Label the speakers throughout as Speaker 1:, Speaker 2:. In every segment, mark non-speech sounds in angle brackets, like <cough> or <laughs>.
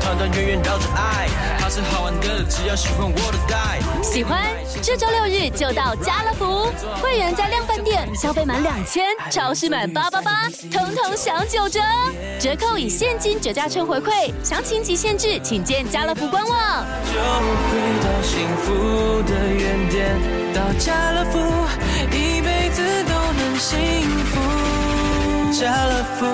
Speaker 1: 团团圆圆绕着爱，它是好玩的，只要喜欢我的带。
Speaker 2: 喜欢，这周六日就到家乐福，会员在量贩店消费满两千，超市满八八八，统统享九折，折扣以现金折价券回馈，详情及限制请见家乐福官网。
Speaker 1: 就回到幸福的原点，到家乐福，一辈子都能幸福。家乐福。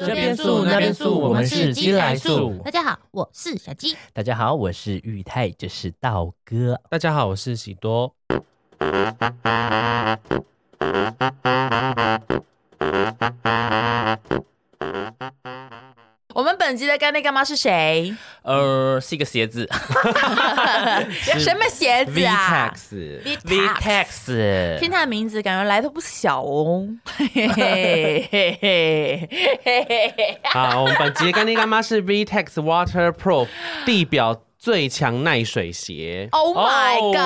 Speaker 3: 这边素那边素我们是鸡来素
Speaker 4: 大家好，我是小鸡。
Speaker 3: 大家好，我是玉泰，这是道哥。
Speaker 5: 大家好，我是喜多。
Speaker 4: 我们本集的干爹干妈是谁？嗯
Speaker 3: 呃，是一个鞋子
Speaker 4: 什么鞋子啊
Speaker 3: ，Vtex。
Speaker 4: ？Vtex。听
Speaker 3: Vtex，
Speaker 4: 他的名字，感觉来头不小哦。 <laughs> 嘿嘿嘿嘿嘿嘿嘿嘿
Speaker 5: 好，我们本集的干爹干妈是 VTEX Water Pro 地表最强耐水鞋。
Speaker 4: ！Oh my
Speaker 5: 哦
Speaker 4: god！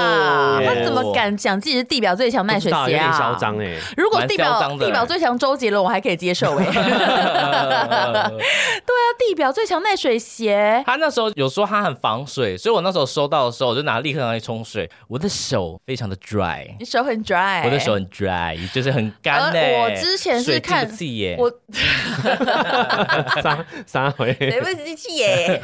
Speaker 4: 他怎么敢讲自己是地表最强
Speaker 5: 不
Speaker 4: 卖
Speaker 5: 知
Speaker 4: 水
Speaker 5: 道
Speaker 4: 鞋
Speaker 5: 有点
Speaker 4: 啊？
Speaker 5: 嚣张哎！
Speaker 4: 如果地
Speaker 3: 蛮嚣
Speaker 4: 表
Speaker 3: 张的
Speaker 4: 地表最强周杰伦，我还可以接受哎、对啊，地表最强耐水鞋，
Speaker 6: 他那时候有说他很防水，所以我那时候收到的时候，我就拿立刻拿去冲水，我的手非常的 dry，
Speaker 4: 你手很 dry，欸
Speaker 6: 我的手很 dry，就是很干
Speaker 4: 而
Speaker 6: 嘞、
Speaker 4: 呃我之前是
Speaker 6: 水记不
Speaker 4: 看
Speaker 6: 记耶，
Speaker 4: 我
Speaker 5: 三三回，
Speaker 4: 对 <laughs> 不起气耶，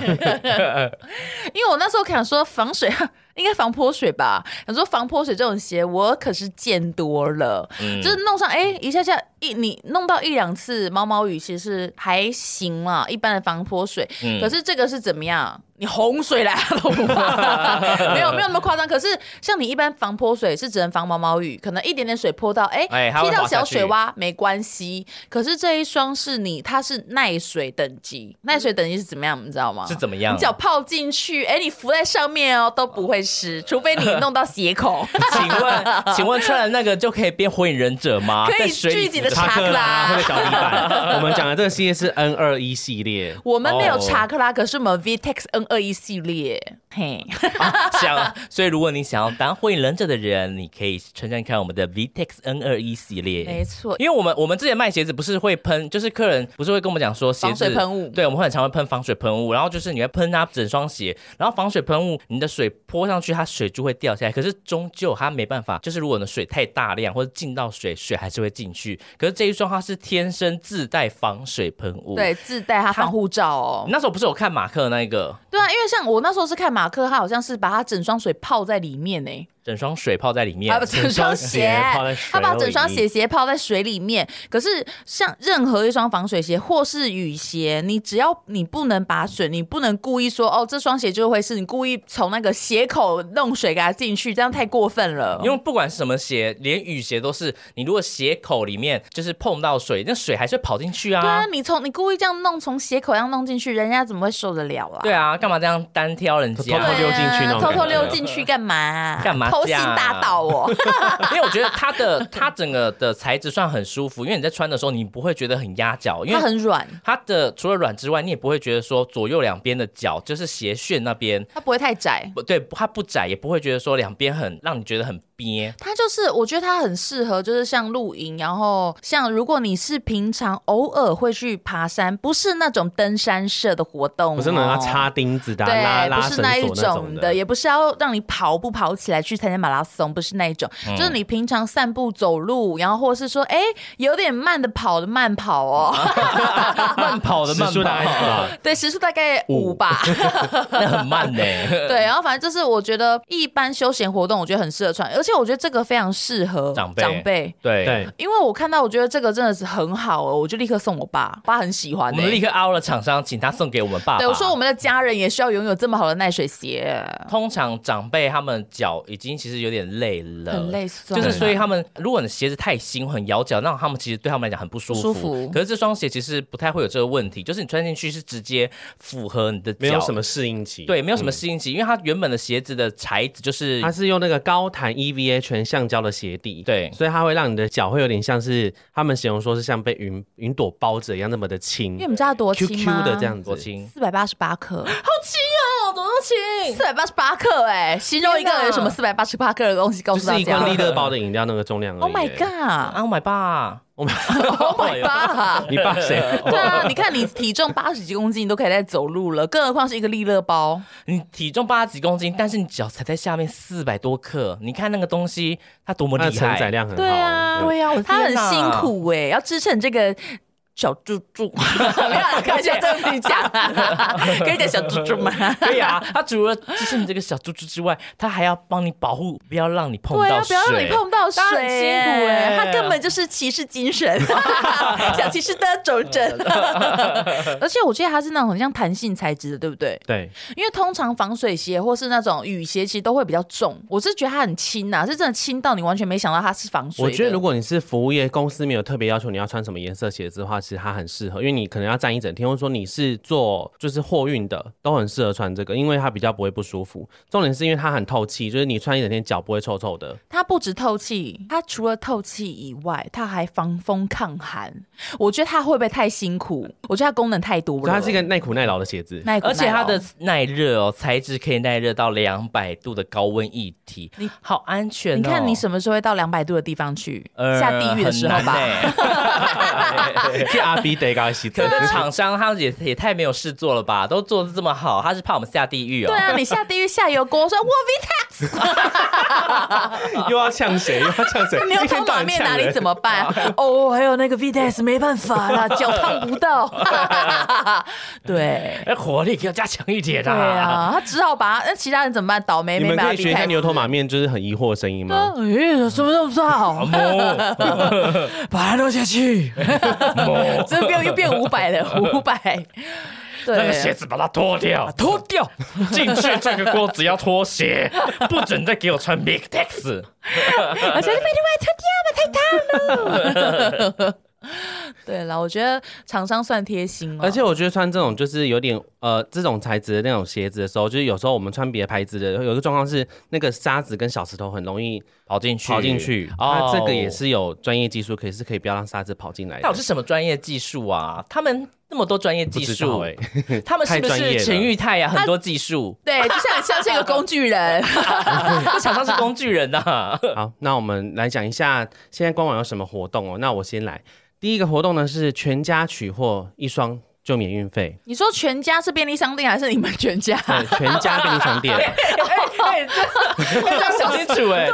Speaker 4: 因为我那时候想说防水 <laughs> 应该防泼水吧，想说防泼水这种鞋我可是见多了，
Speaker 6: 嗯
Speaker 4: 就是弄上哎、一下下一你弄到一两次毛毛雨其实还行啦，一般的防泼水，
Speaker 6: 嗯
Speaker 4: 可是这个是怎么样？你洪水来了都
Speaker 6: <laughs>
Speaker 4: 不怕，没有没有那么夸张。可是像你一般防泼水是只能防毛毛雨，可能一点点水泼到，哎、
Speaker 6: 哎它
Speaker 4: 踢
Speaker 6: 会
Speaker 4: 到
Speaker 6: 滑下
Speaker 4: 小
Speaker 6: 去
Speaker 4: 水洼没关系。可是这一双是你，它是耐水等级，耐水等级是怎么样？你知道吗？
Speaker 6: 是怎么样啊
Speaker 4: 你脚泡进去，哎、你浮在上面哦，都不会湿，除非你弄到鞋口。
Speaker 6: <laughs> 请问， <laughs> 请问穿了那个就可以变火影忍者吗？
Speaker 4: 可
Speaker 6: 在
Speaker 4: 以
Speaker 6: 水里啊
Speaker 4: 聚集
Speaker 6: 浮
Speaker 4: 的啊
Speaker 6: 着
Speaker 4: 查克拉
Speaker 5: 或者小地板。我们讲的这个系列是 N 二一系列，
Speaker 4: 我们没有
Speaker 6: 哦
Speaker 4: 查克拉，可是我们 VTEX N 二一系列，嘿，
Speaker 6: 啊想，所以如果你想要当火影忍者的人，你可以穿穿看我们的 VTEX N 二一系列。
Speaker 4: 没错
Speaker 6: 因为我们我们之前卖鞋子不是会喷，就是客人不是会跟我们讲说鞋子
Speaker 4: 防水喷雾
Speaker 6: 对，我们会很常会喷防水喷雾，然后就是你会喷它整双鞋，然后防水喷雾你的水泼上去，它水珠会掉下来，可是终究它没办法，就是如果你的水太大量或者进到水，水还是会进去。可是这一双它是天生自带防水喷雾，
Speaker 4: 对，。自带它防护罩哦
Speaker 6: 你。那时候不是有看马克的那个
Speaker 4: 对啊，因为像我那时候是看马克，他好像是把他整双水泡在里面欸呢、
Speaker 6: 整双水泡在里面
Speaker 4: 啊，不，整双鞋
Speaker 5: 泡在，水
Speaker 4: 他把
Speaker 5: 里
Speaker 4: 整双鞋鞋泡在水里面。可是像任何一双防水鞋或是雨鞋，你只要你不能把水，你不能故意说哦，这双鞋就会是你故意从那个鞋口弄水给它进去，这样太过分了。
Speaker 6: 因为不管是什么鞋，连雨鞋都是，你如果鞋口里面就是碰到水，那水还是会跑进去啊。
Speaker 4: 对啊，你从你故意这样弄，从鞋口这样弄进去，人家怎么会受得了啊？
Speaker 6: 对啊，干嘛这样单挑人
Speaker 5: 偷
Speaker 6: 家？
Speaker 5: 偷溜进去那种
Speaker 4: 偷偷
Speaker 5: 感觉
Speaker 4: 溜进去干嘛啊？
Speaker 6: 干嘛
Speaker 4: 偷
Speaker 6: 这
Speaker 4: 心
Speaker 6: 样
Speaker 4: 大盗
Speaker 5: <laughs>
Speaker 4: 哦？
Speaker 6: 因为我觉得它的它整个的材质算很舒服，因为你在穿的时候你不会觉得很压脚，因
Speaker 4: 它
Speaker 6: 为
Speaker 4: 很软，
Speaker 6: 它的除了软之外，你也不会觉得说左右两边的脚就是鞋楦那边
Speaker 4: 它不会太窄。
Speaker 6: 不对，它不窄，也不会觉得说两边很让你觉得很憋。
Speaker 4: 它就是，我觉得它很适合，就是像露营，然后像如果你是平常偶尔会去爬山，不是那种登山社的活动、
Speaker 5: 不是那种要
Speaker 4: 哦
Speaker 5: 插钉子的啊、拉
Speaker 4: 对，
Speaker 5: 拉
Speaker 4: 不
Speaker 5: 绳
Speaker 4: 是
Speaker 5: 索
Speaker 4: 那一
Speaker 5: 那种
Speaker 4: 的，也不是要让你跑步跑起来去参加马拉松，不是那一种，
Speaker 5: 嗯
Speaker 4: 就是你平常散步走路，然后或是说，哎，有点慢的跑的慢跑哦，
Speaker 5: 啊
Speaker 6: 慢跑的
Speaker 5: 时
Speaker 6: 慢
Speaker 5: 速大概是
Speaker 6: 跑，
Speaker 5: 吧？
Speaker 4: <laughs> 对，时速大概五吧。 <laughs>
Speaker 6: 那很慢
Speaker 5: <laughs>
Speaker 6: 呢、
Speaker 4: 对，然后反正就是我觉得一般休闲活动，我觉得很适合穿，而且我觉得这个非常适合
Speaker 6: 长辈
Speaker 4: 长辈
Speaker 6: 对。
Speaker 5: 对，
Speaker 4: 因为我看到，我觉得这个真的是很好哦，我就立刻送我爸，我爸很喜欢、
Speaker 6: 我
Speaker 4: 欸。
Speaker 6: 们立刻凹了厂商，请他送给我们爸爸。
Speaker 4: 对我说，我们的家人也需要拥有这么好的耐水鞋，
Speaker 6: 通常长辈他们脚已经其实有点累了，
Speaker 4: 很累酸
Speaker 6: 就
Speaker 4: 了
Speaker 6: 是所以他们如果你鞋子太新很咬脚，那他们其实对他们来讲很不舒服。
Speaker 4: 不舒服
Speaker 6: 可是这双鞋其实不太会有这个问题，就是你穿进去是直接符合你的脚，
Speaker 5: 没有什么适应期。
Speaker 6: 对，没有什么适应期，因为它原本的鞋子的材质就是
Speaker 5: 它是用那个高弹 E EVA 全橡胶的鞋底，
Speaker 6: 对
Speaker 5: 所以它会让你的脚会有点像是他们形容说是像被云云朵包着一样那么的轻
Speaker 4: 因为我们家多轻
Speaker 5: q q
Speaker 4: 吗
Speaker 5: 的这样子
Speaker 6: 多，轻。
Speaker 4: 四百八十八克，好轻哦，怎么那么轻？四百八十八克、哎，形容一个人有什么四百八十八克的东西，告
Speaker 5: 就
Speaker 4: 诉大
Speaker 5: 是一罐利
Speaker 4: 家。
Speaker 5: 乐包的饮料那个重量而已。
Speaker 6: <laughs>
Speaker 4: Oh my god！
Speaker 6: Oh my god！
Speaker 4: <laughs>
Speaker 5: 我们
Speaker 4: Oh
Speaker 6: <laughs>
Speaker 4: my god！
Speaker 5: 你爸 <laughs> 谁？
Speaker 6: 哦
Speaker 4: 对啊，你看你体重八十几公斤，你都可以在走路了，更何况是一个利乐包。
Speaker 6: 你体重八十几公斤，但是你脚踩在下面四百多克，你看那个东西它多么
Speaker 5: 他的
Speaker 6: 厉
Speaker 5: 承载
Speaker 6: 害。
Speaker 5: 量很好。
Speaker 4: 对啊，
Speaker 6: 对呀、我的
Speaker 4: 他很
Speaker 6: 天哪
Speaker 4: 辛。苦哎、要支撑这个小猪 <laughs> 猪，没有啦，开玩笑，这样讲
Speaker 5: <laughs>
Speaker 4: 啊，可以讲小猪猪吗？
Speaker 6: <laughs> 对呀、他啊除了支撑你这个小猪猪之外，他还要帮你保护，不要让你碰
Speaker 4: 对啊
Speaker 6: 到，
Speaker 4: 不
Speaker 6: 水。
Speaker 4: 要让你碰到水
Speaker 6: 他很辛苦欸
Speaker 4: 欸他根本就是骑士精
Speaker 5: <laughs>
Speaker 4: 神，小骑士的走针。而且我记得它是那种很像弹性材质的，对不对？
Speaker 5: 对，
Speaker 4: 因为通常防水鞋或是那种雨鞋，其实都会比较重。我是觉得它很轻啊呐、是真的轻到你完全没想到它是防水的。
Speaker 5: 我觉得如果你是服务业，公司没有特别要求你要穿什么颜色鞋子的话，其实它很适合，因为你可能要站一整天，或者说你是做就是货运的，都很适合穿这个，因为它比较不会不舒服。重点是因为它很透气，就是你穿一整天脚不会臭臭的。
Speaker 4: 它不止透气，它除了透气以外，它还防风抗寒。我觉得它会不会太辛苦？我觉得它功能太多
Speaker 5: 所
Speaker 4: 了。
Speaker 5: 以它是一个耐苦耐劳的鞋子。
Speaker 4: 耐苦耐
Speaker 6: 而
Speaker 4: 劳
Speaker 6: 且它的耐热哦，材质可以耐热到两百度的高温液体，
Speaker 4: 你
Speaker 6: 好安全、哦。
Speaker 4: 你看你什么时候会到两百度的地方去？
Speaker 6: 呃
Speaker 4: 下地狱的时候吧。
Speaker 6: 很
Speaker 4: <laughs>
Speaker 6: 难欸
Speaker 5: <laughs> 去阿 B 得搞洗
Speaker 6: 可
Speaker 5: 澡，
Speaker 6: 能厂商他们也也太没有事做了吧？都做的这么好，他是怕我们下地狱哦
Speaker 4: 对。啊，你下地狱下油锅，说我 Vita，
Speaker 5: <laughs> <laughs> 又要呛谁？又要
Speaker 4: <laughs>
Speaker 5: 呛谁？
Speaker 4: 你有
Speaker 5: 一天
Speaker 4: 汤
Speaker 5: 到
Speaker 4: 马
Speaker 5: 晚
Speaker 4: 面
Speaker 5: 呛
Speaker 4: 哪里
Speaker 5: 人
Speaker 4: 怎么办？
Speaker 5: <laughs>
Speaker 4: 哦，还有那个 Vita 没办法啦，脚烫不
Speaker 5: <laughs>
Speaker 4: 到。对。
Speaker 6: 哎，火力要加强一点
Speaker 4: 对啊，他只好把那其他人怎么办？倒霉
Speaker 5: 你
Speaker 4: 没
Speaker 5: 们
Speaker 4: 把
Speaker 5: 可
Speaker 4: 他
Speaker 5: 以
Speaker 4: 逼
Speaker 5: 学一下
Speaker 4: 开
Speaker 5: 牛头马面，就是很疑惑的声音吗？
Speaker 4: 哎，什么都不知
Speaker 5: <laughs>
Speaker 4: 道，
Speaker 3: <laughs>
Speaker 4: 把它弄下去，这变又变五百了，五百，对，啊
Speaker 6: 那个鞋子把它脱
Speaker 3: 啊
Speaker 6: 掉，
Speaker 4: 脱 <laughs> 掉。
Speaker 6: 进去这个锅只要
Speaker 3: <laughs>
Speaker 6: 脱鞋，不准再给我穿 Big Tex。
Speaker 4: 而且你每天外脱掉吧，太烫了。对了，我觉得厂商算贴心哦，
Speaker 5: 而且我觉得穿这种就是有点呃这种材质的那种鞋子的时候，就是有时候我们穿别的牌子的，有一个状况是那个沙子跟小石头很容易
Speaker 6: 跑进去，
Speaker 5: 跑进去。
Speaker 6: 哦
Speaker 5: 哦，这个也是有专业技术，可以是可以不要让沙子跑进来
Speaker 6: 哎到
Speaker 5: 的
Speaker 6: 底。是什么专业技术啊？他们那么多专业技
Speaker 5: 不知道
Speaker 6: 术，
Speaker 5: 欸
Speaker 6: 他们是不
Speaker 5: 太专
Speaker 6: 是
Speaker 5: 业了
Speaker 6: 陈玉泰呀？很多技术，
Speaker 4: 对，就像像是一个工具人，
Speaker 6: 这厂商是工具人呐、啊
Speaker 4: <laughs>
Speaker 5: 好，那我们来讲一下现在官网有什么活动哦。那我先来，第一个活动呢是全家取货一双就免运费，
Speaker 4: 你说全家是便利商店还是你们全家？
Speaker 5: 对，全家便利商
Speaker 6: <laughs>
Speaker 5: 店。
Speaker 6: 要想清楚哎、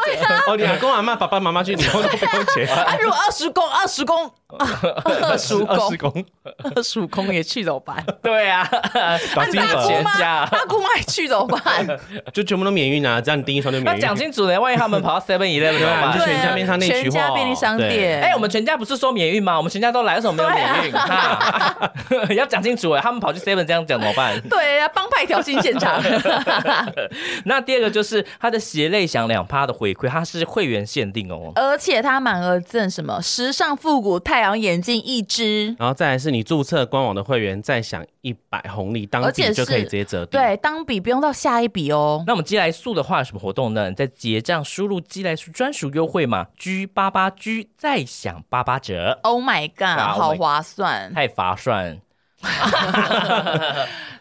Speaker 5: 哦，你阿公阿妈、爸爸妈妈去，你以后都不用
Speaker 6: <laughs>
Speaker 5: 钱，
Speaker 4: 啊，如果二十公，二十公，二十
Speaker 5: 二
Speaker 6: <laughs>
Speaker 4: 公
Speaker 5: 十，公
Speaker 4: 二十公也去怎么办？
Speaker 6: 对啊，
Speaker 5: 打金
Speaker 4: 大姑
Speaker 5: 额
Speaker 6: 全
Speaker 4: 妈，
Speaker 6: 家
Speaker 4: 大姑妈也去怎么办？
Speaker 5: 就全部都免运啊，这样你第一双就
Speaker 6: <laughs>
Speaker 5: 免
Speaker 6: 要
Speaker 5: 运。
Speaker 6: 讲清楚呢，万一他们跑到 Seven Eleven 怎么
Speaker 5: 啊
Speaker 6: 办
Speaker 5: 你就？
Speaker 4: 对
Speaker 5: 全家
Speaker 4: 啊
Speaker 5: 便利商店取
Speaker 4: 全家
Speaker 5: 货
Speaker 4: 便利商
Speaker 5: 对
Speaker 4: 店。
Speaker 6: 哎、我们全家不是说免运吗？我们全家都来，为什么没有免运？
Speaker 4: 啊
Speaker 6: 哈 <laughs> 要讲清楚哎、他们跑去 Seven 这样讲怎么办？ <laughs>
Speaker 4: 对啊，帮派挑衅现场。
Speaker 6: 那第二个就是它的鞋类享两趴的回馈，它是会员限定哦。
Speaker 4: 而且他满额赠什么时尚复古太阳眼镜一
Speaker 6: 嗯
Speaker 4: 只，
Speaker 5: 然后再来是你注册官网的会员，再享一百红利，当
Speaker 4: 而且是
Speaker 5: 地就可以直接折抵。
Speaker 4: 对，当笔不用到下一笔哦。
Speaker 6: 那我们寄来素的话有什么活动呢？你在结账输入寄来素专属优惠码 G 八八 G 再享八八折，
Speaker 4: Oh my god，
Speaker 6: 哇
Speaker 4: 好划算！
Speaker 6: 太划算。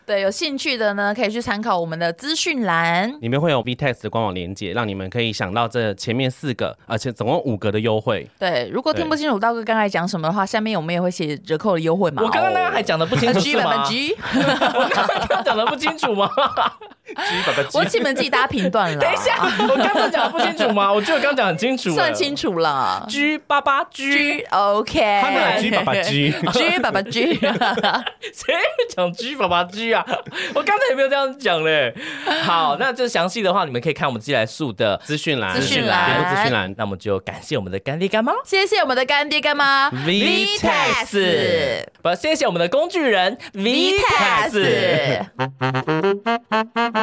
Speaker 4: 对，有兴趣的呢，可以去参考我们的资讯栏。
Speaker 5: 里面会有 VTEX 的官网连接，让你们可以想到这前面四个，而且总共五个的优惠。
Speaker 4: 对，如果听不清楚道哥刚才讲什么的话，下面我们也会写折扣的优惠码哦。
Speaker 6: 我刚刚那个还讲的不清楚
Speaker 4: G
Speaker 6: 是
Speaker 4: 版
Speaker 6: 吗
Speaker 4: 本？G，
Speaker 6: <laughs> 我刚刚讲的不清楚吗？ <laughs>
Speaker 4: 我请你们自己大家评断了。
Speaker 6: 等一下，，我刚刚讲的不清楚吗？我觉得我刚刚讲得很清楚，
Speaker 4: 算清。
Speaker 6: <laughs>
Speaker 4: 楚了。
Speaker 6: G 八八 G，
Speaker 4: G OK，
Speaker 5: 他们来 G 爸爸 <laughs> G，
Speaker 4: G 爸爸
Speaker 6: <laughs>
Speaker 4: G，
Speaker 6: 谁会讲 G 爸爸 G 啊？我刚才也没有这样讲嘞。好，那这详细的话，你们可以看我们寄来素的
Speaker 5: 资讯栏，
Speaker 4: 资讯栏
Speaker 5: 栏，节目资讯栏。
Speaker 6: 那我们就感谢我们的干爹干妈
Speaker 4: 谢谢我们的干爹干妈
Speaker 5: Vtex
Speaker 6: 不，谢谢我们的工具人 Vtas。
Speaker 4: Vtas。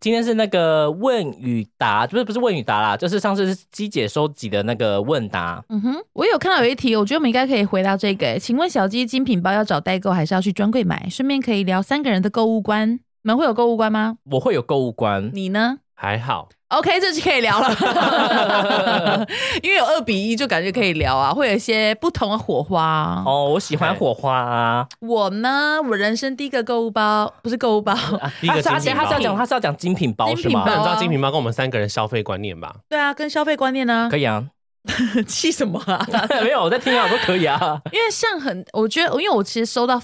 Speaker 6: 今天是那个问与答，不是不是问与答啦，就是上次是鸡姐收集的那个问答。
Speaker 4: 嗯哼，我有看到有一题，我觉得我们应该可以回答这个欸。请问小鸡精品包要找代购还是要去专柜买？顺便可以聊三个人的购物观，你们会有购物观吗？
Speaker 6: 我会有购物观，
Speaker 4: 你呢
Speaker 5: 还好，
Speaker 4: ？OK，这期可以聊了， <laughs> 因为有二比一，就感觉可以聊啊，会有一些不同的火花啊。
Speaker 6: 哦，我喜欢
Speaker 5: 对
Speaker 6: 火花啊！
Speaker 4: 我呢，我人生第一个购物包不是购物包，
Speaker 5: 第一个
Speaker 6: 啊是
Speaker 5: 精
Speaker 6: 啊
Speaker 5: 品
Speaker 6: 他是要讲
Speaker 5: 包。
Speaker 6: 他是要讲精品包
Speaker 4: 精
Speaker 6: 是
Speaker 4: 品包
Speaker 6: 吗？
Speaker 5: 那你知
Speaker 4: 好
Speaker 5: 道
Speaker 4: 啊
Speaker 5: 精品包跟我们三个人消费观念吧？
Speaker 4: 对啊，跟消费观念呢
Speaker 6: 可，以啊，
Speaker 4: <laughs> 气什么啊？
Speaker 6: <laughs> 没有，我在听啊，我说可以啊。
Speaker 4: 因为像很，我觉得，因为我其实收到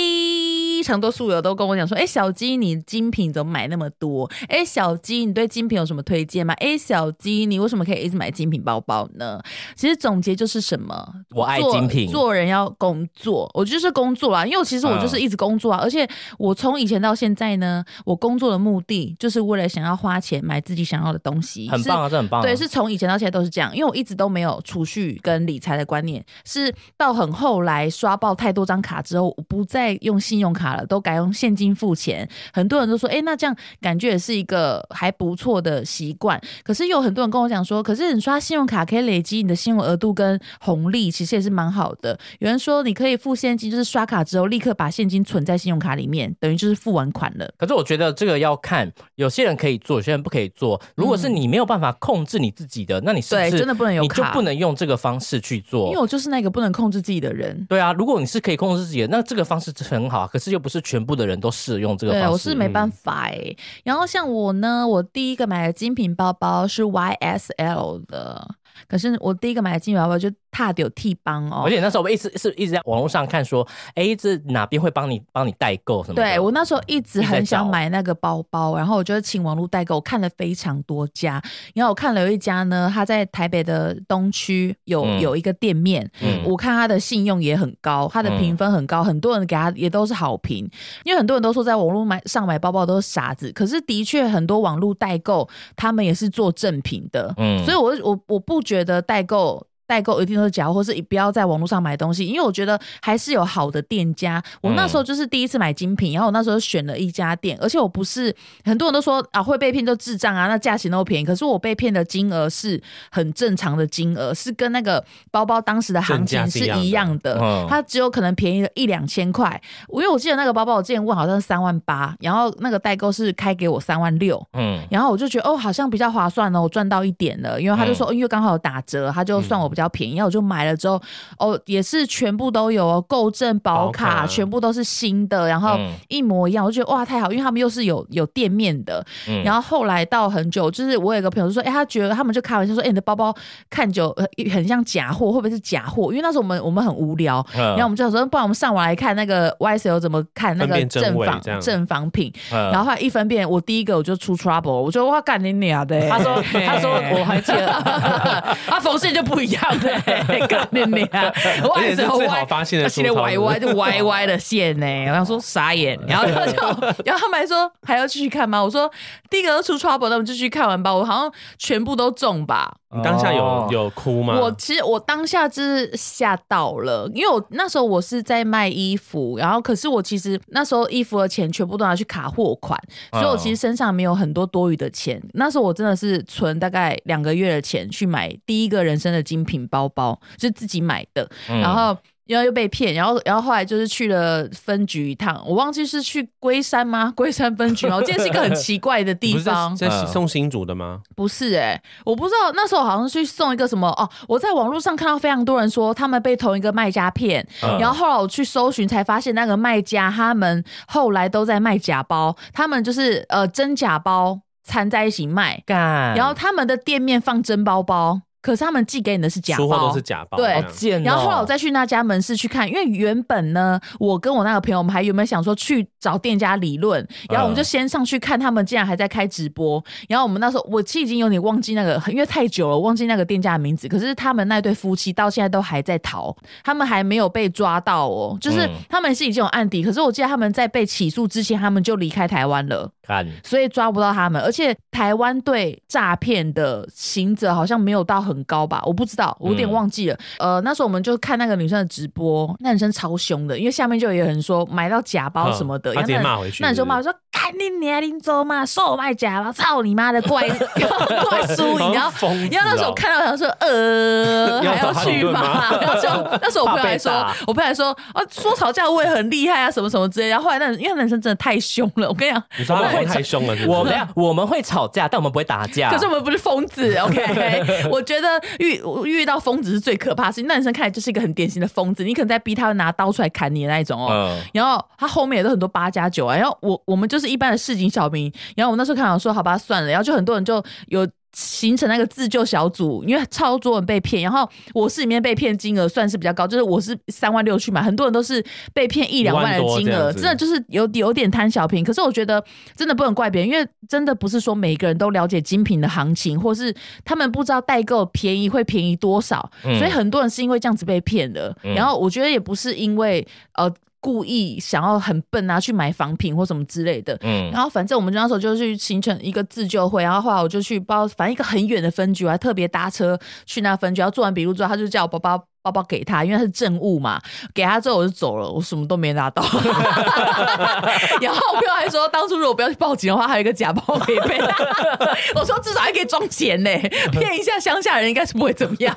Speaker 4: 非常多宿友都跟我讲说，哎、小鸡你精品怎么买那么多？哎、小鸡你对精品有什么推荐吗？哎、小鸡你为什么可以一直买精品包包呢？其实总结就是什么，
Speaker 6: 我爱
Speaker 4: 做
Speaker 6: 精品嗯
Speaker 4: 做人要工作，我就是工作啦，因为我其实我就是一直工作啊，而且我从以前到现在呢，我工作的目的就是为了想要花钱买自己想要的东西，
Speaker 6: 很
Speaker 4: 是
Speaker 6: 棒啊，这很棒、啊。
Speaker 4: 对，是从以前到现在都是这样，因为我一直都没有储蓄跟理财的观念，是到很后来刷爆太多张卡之后，我不再用信用卡了，都改用现金付钱。很多人都说，哎、那这样感觉也是一个还不错的习惯。可是有很多人跟我讲说，可是你刷信用卡可以累积你的信用额度跟红利，其实也是蛮好的。有人说你可以付现金，就是刷卡之后立刻把现金存在信用卡里面，等于就是付完款了。
Speaker 6: 可是我觉得这个要看，有些人可以做，有些人不可以做。如果是你没有办法控制你自己的，那你是不
Speaker 4: 嗯对
Speaker 6: 是
Speaker 4: 真的不能有
Speaker 6: 你就
Speaker 4: 卡
Speaker 6: 不能用这个方式去
Speaker 4: 因为
Speaker 6: 做。
Speaker 4: 我就是那个不能控制自己的人。
Speaker 6: 对啊，如果你是可以控制自己的，那这个方式是很好啊。可是又不是全部的人都适用这个方式。嗯
Speaker 4: 对，我是没办法哎、然后像我呢，我第一个买的精品包包是 YSL 的，可是我第一个买的精品包包就踏丢 T 帮哦
Speaker 6: 而。且那时候我一直是一直在网络上看说，哎，这哪边会帮你帮你代购什么的？
Speaker 4: 对我那时候一直
Speaker 6: 一
Speaker 4: 很想
Speaker 6: 直在找
Speaker 4: 买那个包包，然后我就请网络代购，我看了非常多家，然后我看了有一家呢，它在台北的东区有、
Speaker 6: 嗯
Speaker 4: 有一个店面，
Speaker 6: 嗯
Speaker 4: 我看它的信用也很高，它的评分很高，很多人给它也都是好评，因为很多人都说在网络买上买包包都是傻子，可是的确很多网络代购他们也是做正品的，
Speaker 6: 嗯
Speaker 4: 所以我我我不觉得代购。代购一定都是假货，或是不要在网络上买东西，因为我觉得还是有好的店家。我那时
Speaker 5: 嗯
Speaker 4: 候就是第一次买精品，然后我那时候选了一家店，而且我不是很多人都说啊会被骗就智障啊，那价钱都便宜，可是我被骗的金额是很正常的金额，是跟那个包包当时的行情
Speaker 5: 正价
Speaker 4: 是
Speaker 5: 是一样的
Speaker 4: 一样的，
Speaker 6: 嗯
Speaker 4: 它只有可能便宜了一两千块。我因为我记得那个包包我之前问好像是三万八，然后那个代购是开给我三万六，
Speaker 6: 嗯
Speaker 4: 然后我就觉得哦，好像比较划算哦，我赚到一点了，因为他就说，哦因为刚好有打折，他就算我比较便宜，然后我就买了之后，哦，也是全部都有哦，购证、保
Speaker 5: 保
Speaker 4: 卡
Speaker 5: 卡
Speaker 4: 全部都是新的，然后
Speaker 6: 嗯
Speaker 4: 一模一样，我就觉得哇，太好，因为他们又是有有店面的。
Speaker 6: 嗯
Speaker 4: 然后后来到很久，就是我有一个朋友就说，哎，他觉得他们就开玩笑说，哎，你的包包看久呃很像假货，会不会是假货？因为那时候我们我们很无聊，
Speaker 6: 嗯
Speaker 4: 然后我们就想说，不然我们上网来看那个 YSL 怎么看那
Speaker 5: 分
Speaker 4: 个
Speaker 5: 辨真
Speaker 4: 正
Speaker 5: 伪
Speaker 4: 仿
Speaker 5: 这样
Speaker 4: 正仿品。
Speaker 6: 嗯
Speaker 4: 然后后来一分辨，我第一个我就出 trouble，我就哇干你娘的、
Speaker 6: 他
Speaker 4: <laughs>
Speaker 6: 说他说我还记得，
Speaker 4: 他缝线就不一样的、 <laughs> 干你娘！我
Speaker 5: 而且
Speaker 4: 也
Speaker 5: 是最好发现的
Speaker 4: 系列
Speaker 5: 出逃
Speaker 4: 歪
Speaker 5: 日
Speaker 4: 歪就歪歪的线呢、
Speaker 5: <laughs>
Speaker 4: 我想说傻眼，然后他就，然后他们还说还要继续看吗？我说第一个都出 trouble，那我们就去看完吧。我好像全部都中吧，
Speaker 5: 你当下有、
Speaker 6: 哦
Speaker 5: 有哭吗？
Speaker 4: 我其实我当下就是吓到了，因为我那时候我是在卖衣服，然后可是我其实那时候衣服的钱全部都拿去卡货款，
Speaker 5: 嗯
Speaker 4: 所以我其实身上没有很多多余的钱。那时候我真的是存大概两个月的钱去买第一个人生的精品包包，就是自己买的，
Speaker 6: 嗯
Speaker 5: 嗯
Speaker 4: 然后。然后又被骗，然后然后后来就是去了分局一趟，我忘记是去龟山吗？龟山分局吗？我记得是一个很奇怪的
Speaker 5: 你
Speaker 4: 地
Speaker 5: 不是
Speaker 4: 方。
Speaker 5: 在
Speaker 6: 嗯
Speaker 5: 送新竹的吗？
Speaker 4: 不是哎、我不知道那时候好像去送一个什么哦，我在网络上看到非常多人说他们被同一个卖家骗，
Speaker 6: 嗯
Speaker 4: 然后后来我去搜寻才发现那个卖家他们后来都在卖假包，他们就是呃真假包掺在一起卖，
Speaker 6: 干，
Speaker 5: 嗯
Speaker 4: 然后他们的店面放真包包，可是他们寄给你的是假
Speaker 5: 出货
Speaker 4: 包
Speaker 5: 都是。假包，
Speaker 4: 对
Speaker 5: 这
Speaker 6: 好
Speaker 5: 样
Speaker 6: 贱哦，
Speaker 4: 然后后来我再去那家门市去看，因为原本呢，我跟我那个朋友，我们还原本想说去找店家理论，然后我们就先上去看他们，竟然还在开直播。然后我们那时候，我其实已经有点忘记那个，因为太久了，忘记那个店家的名字。可是他们那对夫妻到现在都还在逃，他们还没有被抓到哦，就是
Speaker 6: 嗯
Speaker 4: 他们是已经有案底，可是我记得他们在被起诉之前，他们就离开台湾了。
Speaker 6: 干，
Speaker 4: 所以抓不到他们。而且台湾对诈骗的刑责好像没有到很高吧，我不知道，我有
Speaker 5: 嗯
Speaker 4: 点忘记了。呃，那时候我们就看那个女生的直播，那女生超凶的，因为下面就有人说买到假包什么的，
Speaker 5: 嗯
Speaker 4: 然
Speaker 5: 她
Speaker 4: 后
Speaker 5: 直接
Speaker 4: 那
Speaker 5: 骂回去
Speaker 4: 那你就是
Speaker 5: 不
Speaker 4: 骂
Speaker 5: 是
Speaker 4: 我说干你娘，林州嘛，售卖假包，操你妈的怪 <laughs> 怪输赢，然后
Speaker 5: 好像疯子哦
Speaker 4: 然后那时候我看到他说呃
Speaker 5: 要
Speaker 4: 还
Speaker 5: 找
Speaker 4: 要
Speaker 5: 他
Speaker 4: 去
Speaker 5: 理论
Speaker 4: 吗
Speaker 5: 吗？
Speaker 4: 然后
Speaker 5: <laughs>
Speaker 4: 就那时候我朋友还说
Speaker 6: 怕被打，
Speaker 4: 我朋友还说啊说吵架我也很厉害啊什么什么之类的。然后后来那因为那男生真的太凶了，我跟你讲，
Speaker 5: 你说他老公太凶了是不是，
Speaker 6: 我们我们会吵架，但我们不会打
Speaker 5: 啊
Speaker 6: 架。嗯
Speaker 4: 可是我们不是疯子，OK？我觉得遇遇到疯子是最可怕的事情。那男生看来就是一个很典型的疯子，你可能在逼他拿刀出来砍你的那一种哦。
Speaker 6: 嗯
Speaker 4: 然后他后面也都很多八加九啊，然后我我们就是一般的市井小民，然后我那时候看好说好吧算了，然后就很多人就有形成那个自救小组，因为超多人被骗，然后我是里面被骗金额算是比较高，就是我是三万六去买，很多人都是被骗一两万的金
Speaker 5: 一万多这
Speaker 4: 额，
Speaker 5: 样子
Speaker 4: 真的就是有有点贪小便宜。可是我觉得真的不能怪别人，因为真的不是说每一个人都了解精品的行情，或是他们不知道代购便宜会便宜多少，
Speaker 6: 嗯
Speaker 4: 所以很多人是因为这样子被骗的。
Speaker 6: 嗯
Speaker 4: 然后我觉得也不是因为呃故意想要很笨啊去买仿品或什么之类的，
Speaker 6: 嗯
Speaker 4: 然后反正我们那时候就去形成一个自救会，然后后来我就去包，反正一个很远的分局，我还特别搭车去那分局。然后做完笔录之后，他就叫我包包包包给他，因为他是证物嘛，给他之后我就走了，我什么都没拿到。然后我朋友还说，当初如果不要去报警的话，还有一个假包可以
Speaker 6: <laughs>
Speaker 4: 背。我说至少还可以装钱呢，骗一下乡下人应该是不会怎么
Speaker 6: <laughs>
Speaker 4: 样。